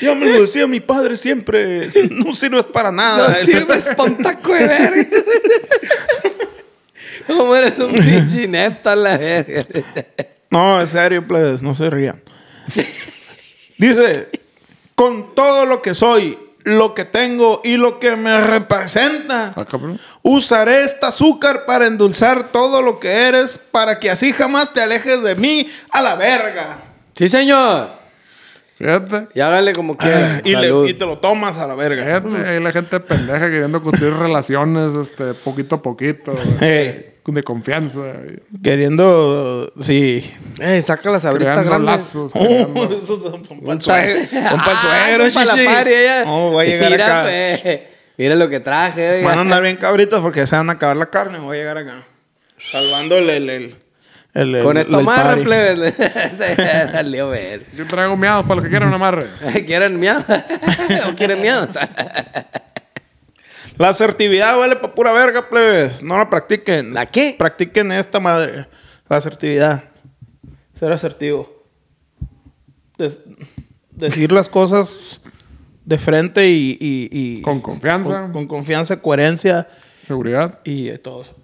Speaker 3: Ya me lo decía mi padre siempre. No sirves para nada.
Speaker 4: No sirves pa' un taco de verga. Como eres un pinche inepto a la verga.
Speaker 3: No, es serio, plebes. No se rían. Dice, con todo lo que soy, lo que tengo y lo que me representa,
Speaker 2: Ah, cabrón.
Speaker 3: usaré este azúcar para endulzar todo lo que eres, para que así jamás te alejes de mí a la verga.
Speaker 4: Sí, señor.
Speaker 2: Fíjate.
Speaker 4: Y hágale como quiera.
Speaker 3: Y, le,
Speaker 4: Ah, Salud.
Speaker 3: y te lo tomas a la verga.
Speaker 2: Fíjate, ahí la gente pendeja queriendo construir relaciones este, poquito a poquito.
Speaker 3: Eh,
Speaker 2: De confianza. y
Speaker 3: queriendo, sí,
Speaker 4: Ey, saca las abritas
Speaker 2: Creando
Speaker 4: grandes.
Speaker 2: lazos. creando-
Speaker 3: Oh, esos son pa'l suegro. Son pa'l
Speaker 4: Ah,
Speaker 3: suegro,
Speaker 4: son pa' la
Speaker 3: chichi.
Speaker 4: party, ella.
Speaker 3: No, va a llegar
Speaker 4: Mira,
Speaker 3: acá.
Speaker 4: pues, mira lo que traje. oiga.
Speaker 3: Van a andar bien cabritos porque se van a acabar la carne. Voy a llegar acá. Salvando el... el, el, el- el-
Speaker 4: Con esto
Speaker 3: el
Speaker 4: más
Speaker 3: party.
Speaker 4: plebes. Salió ver.
Speaker 2: Yo traigo miados para los que quieran un amarre.
Speaker 4: ¿Quieren miedo? ¿O quieren miedo?
Speaker 3: La asertividad vale para pura verga, plebes. No la practiquen.
Speaker 4: ¿La qué?
Speaker 3: Practiquen esta madre. La asertividad. Ser asertivo. Des- decir las cosas de frente y... y- y-
Speaker 2: Con confianza.
Speaker 3: Con, con confianza, coherencia
Speaker 2: Seguridad.
Speaker 3: y eh, todo eso.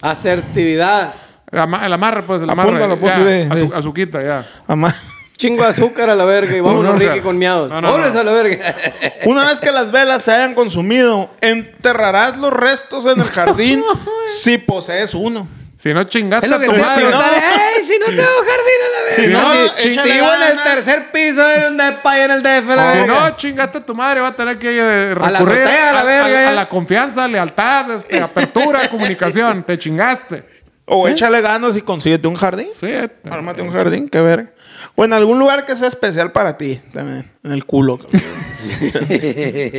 Speaker 4: Asertividad.
Speaker 2: El, ama- el amarre, pues, el amarre.
Speaker 3: Apúntalo, apúntalo,
Speaker 2: ya,
Speaker 3: sí,
Speaker 2: azu-
Speaker 3: sí.
Speaker 2: azuquita, ya.
Speaker 3: Amá.
Speaker 4: Chingo de azúcar a la verga y vámonos Ricky con miados.
Speaker 2: No, no,
Speaker 4: Pobres
Speaker 2: no.
Speaker 4: a la verga.
Speaker 3: Una vez que las velas se hayan consumido, enterrarás los restos en el jardín si posees uno.
Speaker 2: Si no chingaste
Speaker 4: Es lo
Speaker 2: a
Speaker 4: que
Speaker 2: tu
Speaker 4: te
Speaker 3: Si
Speaker 4: si
Speaker 2: madre.
Speaker 3: no-
Speaker 4: no, ¡Ey, si no tengo jardín a la vez!
Speaker 3: Si no, eh,
Speaker 4: si,
Speaker 3: échale
Speaker 4: si vivo en el
Speaker 3: ganas.
Speaker 4: tercer piso de un depa ahí en el DF, la
Speaker 2: Si
Speaker 4: verga.
Speaker 2: no chingaste a tu madre, va a tener que eh,
Speaker 4: la
Speaker 2: recurrir
Speaker 4: azotea, a la verga, eh.
Speaker 2: a
Speaker 4: ya.
Speaker 2: la confianza, lealtad, este, apertura, comunicación. Te chingaste.
Speaker 3: O échale ganas y consíguete un jardín.
Speaker 2: Sí, este.
Speaker 3: Ármate un jardín, qué verga. O en algún lugar que sea especial para ti también. En el culo. cabrón.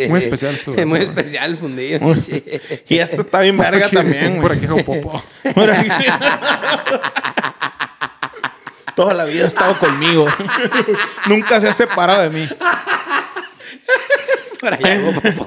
Speaker 2: Muy especial estuvo.
Speaker 4: Es muy especial el fundido. sí.
Speaker 3: y esta está bien verga
Speaker 2: Aquí-
Speaker 3: también,
Speaker 2: Por aquí
Speaker 3: güey.
Speaker 2: es un popó.
Speaker 3: Por aquí. Toda la vida ha estado conmigo. Nunca se ha separado de mí.
Speaker 4: Por allá, hago popó.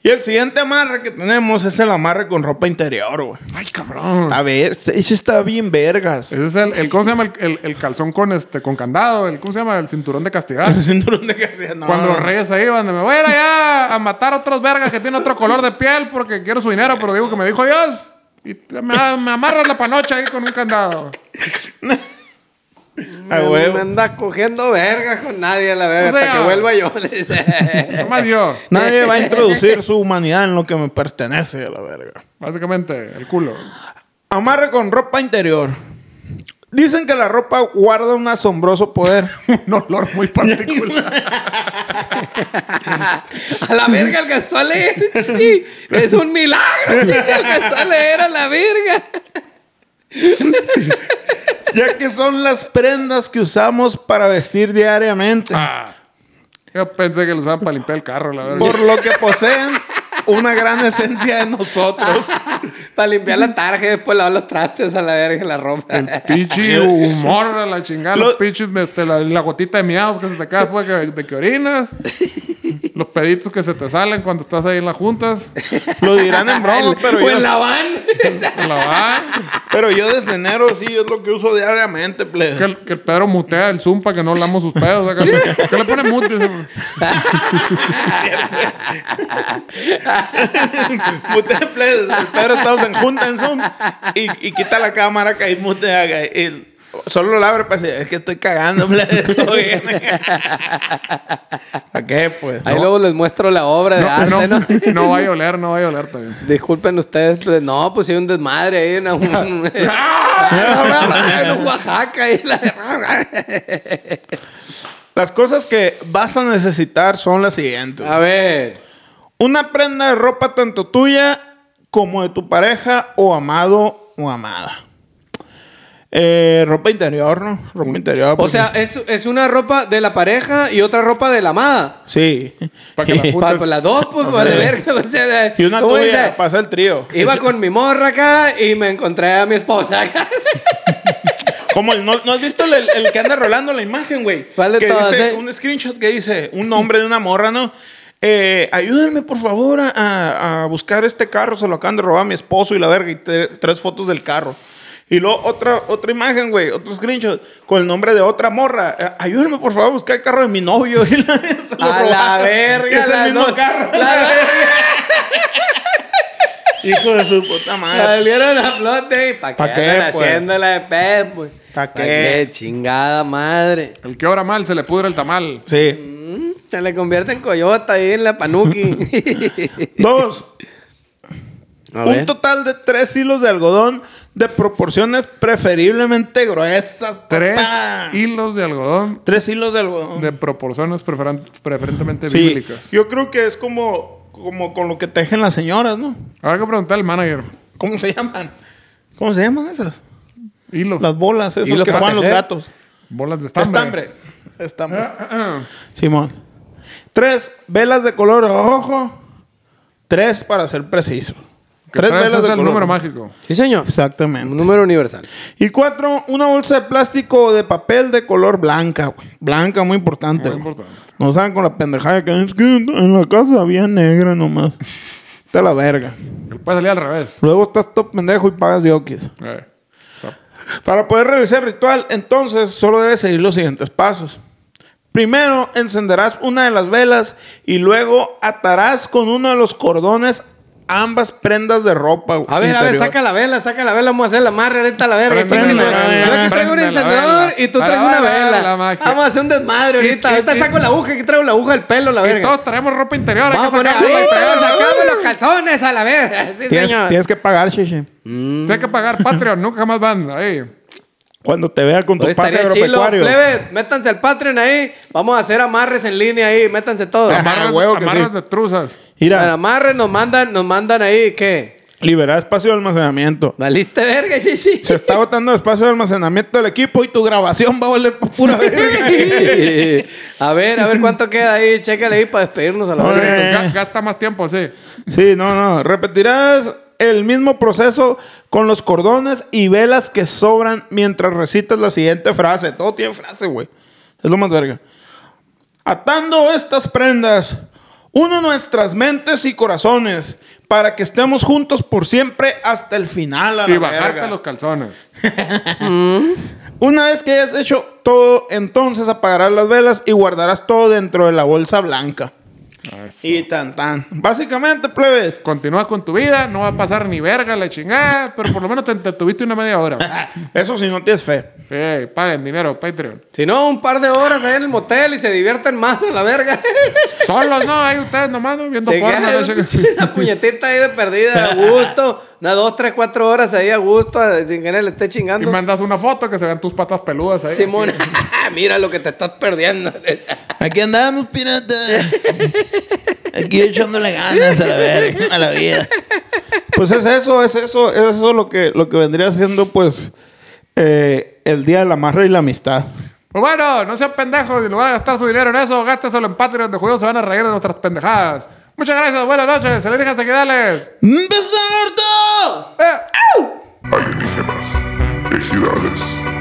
Speaker 3: Y el siguiente amarre que tenemos es el amarre con ropa interior, güey.
Speaker 2: Ay, cabrón.
Speaker 3: A ver, ese está bien vergas.
Speaker 2: Ese es el, el- ¿cómo se llama? El, el- el calzón con este, con candado, el, ¿cómo se llama? El cinturón de castidad.
Speaker 3: El cinturón de castidad, no.
Speaker 2: Cuando los reyes se iban, de, me voy a ir allá a matar a otros vergas que tienen otro color de piel porque quiero su dinero, pero digo que me dijo Dios. Y me, me amarras la panocha ahí con un candado.
Speaker 3: A
Speaker 4: No
Speaker 3: huevo.
Speaker 4: andas cogiendo verga con nadie a la verga.
Speaker 2: O sea,
Speaker 4: hasta que vuelva yo. le dice.
Speaker 2: Nomás yo,
Speaker 3: Nadie va a introducir su humanidad en lo que me pertenece, a la verga.
Speaker 2: básicamente, el culo.
Speaker 3: Amarre con ropa interior. Dicen que la ropa guarda un asombroso poder.
Speaker 2: Un olor muy particular.
Speaker 4: a la verga alcanzó a leer. Sí, es un milagro. Sí, se alcanzó a leer a la verga.
Speaker 3: ya que son las prendas que usamos para vestir diariamente.
Speaker 2: Ah, yo pensé que lo usaban para limpiar el carro, la verdad.
Speaker 3: Por lo que poseen una gran esencia de nosotros.
Speaker 4: Para limpiar la tarja y después lavar los trastes a la verga la ropa.
Speaker 2: El pinche humor a la chingada, los
Speaker 3: Los-
Speaker 2: pinches, este, la, la gotita de miados que se te cae después de que, de que orinas, los peditos que se te salen cuando estás ahí en las juntas,
Speaker 3: Lo dirán en broma, pero
Speaker 4: o en
Speaker 3: yo,
Speaker 4: la van.
Speaker 2: en la van.
Speaker 3: pero yo desde enero sí es lo que uso diariamente,
Speaker 2: Que
Speaker 3: plebe.
Speaker 2: el, que el Pedro mutea el Zoom para que no hablamos sus pedos. acá. ¿Qué le pone mute?
Speaker 3: Mute, plebe. El Pedro estamos en junta en Zoom y, y quita la cámara que hay mute. haga, y solo la abre para decir, es que estoy cagando, plebe. estoy bien". ¿A qué, pues?
Speaker 4: Ahí luego les muestro la obra de
Speaker 2: No,
Speaker 4: arte,
Speaker 2: no,
Speaker 4: Ah, ¿no?
Speaker 2: no vaya a oler, no vaya a oler también.
Speaker 4: Disculpen ustedes, pero no, pues hay un desmadre ahí en, un- Ah, en Oaxaca. y la-
Speaker 3: Las cosas que vas a necesitar son las siguientes.
Speaker 4: a ver.
Speaker 3: Una prenda de ropa tanto tuya como de tu pareja o amado o amada. Eh, ropa interior, ¿no? Ropa interior.
Speaker 4: O
Speaker 3: pues,
Speaker 4: sea, es, es una ropa de la pareja y otra ropa de la amada.
Speaker 3: Sí.
Speaker 2: Pa' que la puta-
Speaker 4: Pa- pues las dos, pues, para la verga. O sea,
Speaker 3: y una
Speaker 4: ¿cómo
Speaker 3: tuya,
Speaker 4: dice?
Speaker 3: pasa el trío.
Speaker 4: Iba con mi morra acá y me encontré a mi esposa acá.
Speaker 3: Como el, ¿no, no has visto el, el que anda rolando la imagen, güey?
Speaker 4: ¿Cuál de
Speaker 3: que
Speaker 4: todas,
Speaker 3: dice
Speaker 4: eh?
Speaker 3: un screenshot que dice un nombre de una morra, ¿no? Eh, ayúdenme, por favor, a- a, a buscar este carro. Se lo acaban de robar a mi esposo y la verga. Y te- tres fotos del carro. Y luego otra, otra imagen, güey. Otro screenshot con el nombre de otra morra. Eh, ayúdenme, por favor, a buscar el carro de mi novio. Y la, se lo
Speaker 4: A la
Speaker 3: robaron. Y
Speaker 4: verga.
Speaker 3: Es el
Speaker 4: las
Speaker 3: mismo
Speaker 4: dos.
Speaker 3: carro.
Speaker 4: La verga.
Speaker 3: Hijo de su puta madre.
Speaker 4: Salieron a flote y pa'
Speaker 3: Ah. ¿Pa'
Speaker 4: qué,
Speaker 3: qué,
Speaker 4: andan
Speaker 3: pues?
Speaker 4: haciéndola de pedo, pues.
Speaker 3: ¿Pa'
Speaker 4: ¿Pa'
Speaker 3: qué?
Speaker 4: qué? Chingada madre.
Speaker 2: El que obra mal se le pudre el tamal.
Speaker 3: Sí.
Speaker 4: Mm, Se le convierte en coyota ahí en la panuki.
Speaker 3: Dos.
Speaker 4: A
Speaker 3: un
Speaker 4: ver.
Speaker 3: total de tres hilos de algodón de proporciones preferiblemente gruesas. papá.
Speaker 2: Tres hilos de algodón
Speaker 3: Tres hilos de algodón.
Speaker 2: de proporciones preferan- preferentemente
Speaker 3: sí.
Speaker 2: bíblicas.
Speaker 3: Yo creo que es como, como con lo que tejen las señoras, ¿no?
Speaker 2: Habrá que preguntar al manager.
Speaker 3: ¿Cómo se llaman? ¿Cómo se llaman esas?
Speaker 2: Hilos.
Speaker 3: Las bolas, esas
Speaker 4: ¿Hilos
Speaker 3: que
Speaker 4: para
Speaker 3: juegan los
Speaker 4: tejer?
Speaker 3: gatos.
Speaker 2: bolas de estambre.
Speaker 3: Estambre. Estambre.
Speaker 2: Ah, ah.
Speaker 3: Simón. Tres velas de color rojo. Tres para ser preciso.
Speaker 2: Que tres veces es el número
Speaker 3: rojo.
Speaker 2: mágico.
Speaker 4: Sí, señor.
Speaker 3: Exactamente.
Speaker 4: Un número universal.
Speaker 3: Y cuatro, una bolsa de plástico o de papel de color blanca, güey. Blanca, muy importante.
Speaker 2: Muy
Speaker 3: güey.
Speaker 2: importante.
Speaker 3: No saben con la pendejada que es que en la casa había negra nomás. Está la verga.
Speaker 2: Puede salir al revés.
Speaker 3: Luego estás top pendejo y pagas diokis.
Speaker 2: Eh. O sea,
Speaker 3: Para poder realizar el ritual, entonces solo debes seguir los siguientes pasos. Primero encenderás una de las velas y luego atarás con uno de los cordones ambas prendas de ropa. güey,
Speaker 4: A ver, a ver,
Speaker 3: interior.
Speaker 4: saca la vela, saca la vela. Vamos a hacer la amarre ahorita a la verga.
Speaker 2: Prende
Speaker 4: chingue
Speaker 3: la
Speaker 4: su-
Speaker 3: vela,
Speaker 4: Yo aquí
Speaker 3: prende
Speaker 4: traigo una
Speaker 2: la
Speaker 4: encendedor y tú traes una vela. Vamos a hacer un desmadre
Speaker 2: Y-
Speaker 4: ahorita.
Speaker 2: y-
Speaker 4: Ahorita
Speaker 2: y-
Speaker 4: saco la aguja, aquí traigo la aguja del pelo, la
Speaker 2: Y
Speaker 4: verga.
Speaker 2: todos traemos ropa interior. Hay que
Speaker 4: Vamos a poner
Speaker 2: sacarla y
Speaker 4: ahorita,
Speaker 2: pegarla.
Speaker 4: sacamos los calzones a la verga. Sí,
Speaker 3: Tienes,
Speaker 4: señor.
Speaker 3: tienes que pagar, Shishi.
Speaker 2: Tienes que pagar Patreon. Nunca más van. Ahí.
Speaker 3: Cuando te vea con tu
Speaker 4: Oye,
Speaker 3: pase
Speaker 4: estaría chilo,
Speaker 3: agropecuario.
Speaker 4: plebe, métanse al Patreon ahí. Vamos a hacer amarres en línea ahí, métanse todos.
Speaker 3: Ah,
Speaker 2: Amarras,
Speaker 3: huevo que
Speaker 2: amarras
Speaker 3: sí. Eh.
Speaker 2: de truzas.
Speaker 4: Al
Speaker 3: Mira,
Speaker 4: amarre nos mandan, nos mandan ahí, ¿qué?
Speaker 3: liberar espacio de almacenamiento.
Speaker 4: ¿Valiste verga? Sí, sí.
Speaker 3: Se está botando espacio de almacenamiento del equipo y tu grabación va a volver pura verga.
Speaker 4: a ver, a ver cuánto queda ahí. Chécale ahí para despedirnos a la
Speaker 3: No,
Speaker 2: Sí,
Speaker 4: verga.
Speaker 3: eh.
Speaker 2: Pues ga- gasta más tiempo, sí.
Speaker 3: Sí, no, no. Repetirás el mismo proceso con los cordones y velas que sobran mientras recitas la siguiente frase. Todo tiene frase, güey. Es lo más verga. Atando estas prendas, uno nuestras mentes y corazones para que estemos juntos por siempre hasta el final. A
Speaker 2: Y
Speaker 3: la
Speaker 2: bajarte
Speaker 3: verga.
Speaker 2: los calzones.
Speaker 3: Una vez que hayas hecho todo, entonces apagarás las velas y guardarás todo dentro de la bolsa blanca.
Speaker 2: Eso.
Speaker 3: Y tan tan. Básicamente, plebes.
Speaker 2: Continúas con tu vida, no va a pasar ni verga la chingada, pero por lo menos te entretuviste una media hora.
Speaker 3: Eso sí no tienes fe.
Speaker 2: Ey, paguen dinero, Patreon.
Speaker 4: Si no, un par de horas ahí en el motel y se divierten más a la verga.
Speaker 2: Solos, no, ahí ustedes nomás ¿no? viendo
Speaker 4: Llegué,
Speaker 2: porno. la chingada.
Speaker 4: una puñetita ahí de perdida, a gusto. Unas dos, tres, cuatro horas ahí a gusto, a- sin que nadie le esté
Speaker 2: Y
Speaker 4: chingando.
Speaker 2: mandas una foto que se vean tus patas peludas ahí.
Speaker 4: Simón, mira lo que te estás perdiendo.
Speaker 5: Aquí andamos, pirata. Aquí echándole ganas a la, verga, a la vida.
Speaker 3: Pues es eso, es eso, es eso lo que, lo que vendría siendo, pues, eh, el día del amarre y la amistad.
Speaker 2: Pues bueno, no sean pendejos, en lugar de gastar su dinero en eso, gásteselo en Patreon de judíos, se van a reír de nuestras pendejadas. Muchas gracias, buenas noches, se les deja seguidales.
Speaker 5: ¡Beso, Alberto!
Speaker 2: Eh.
Speaker 1: alienígenas, ejidales,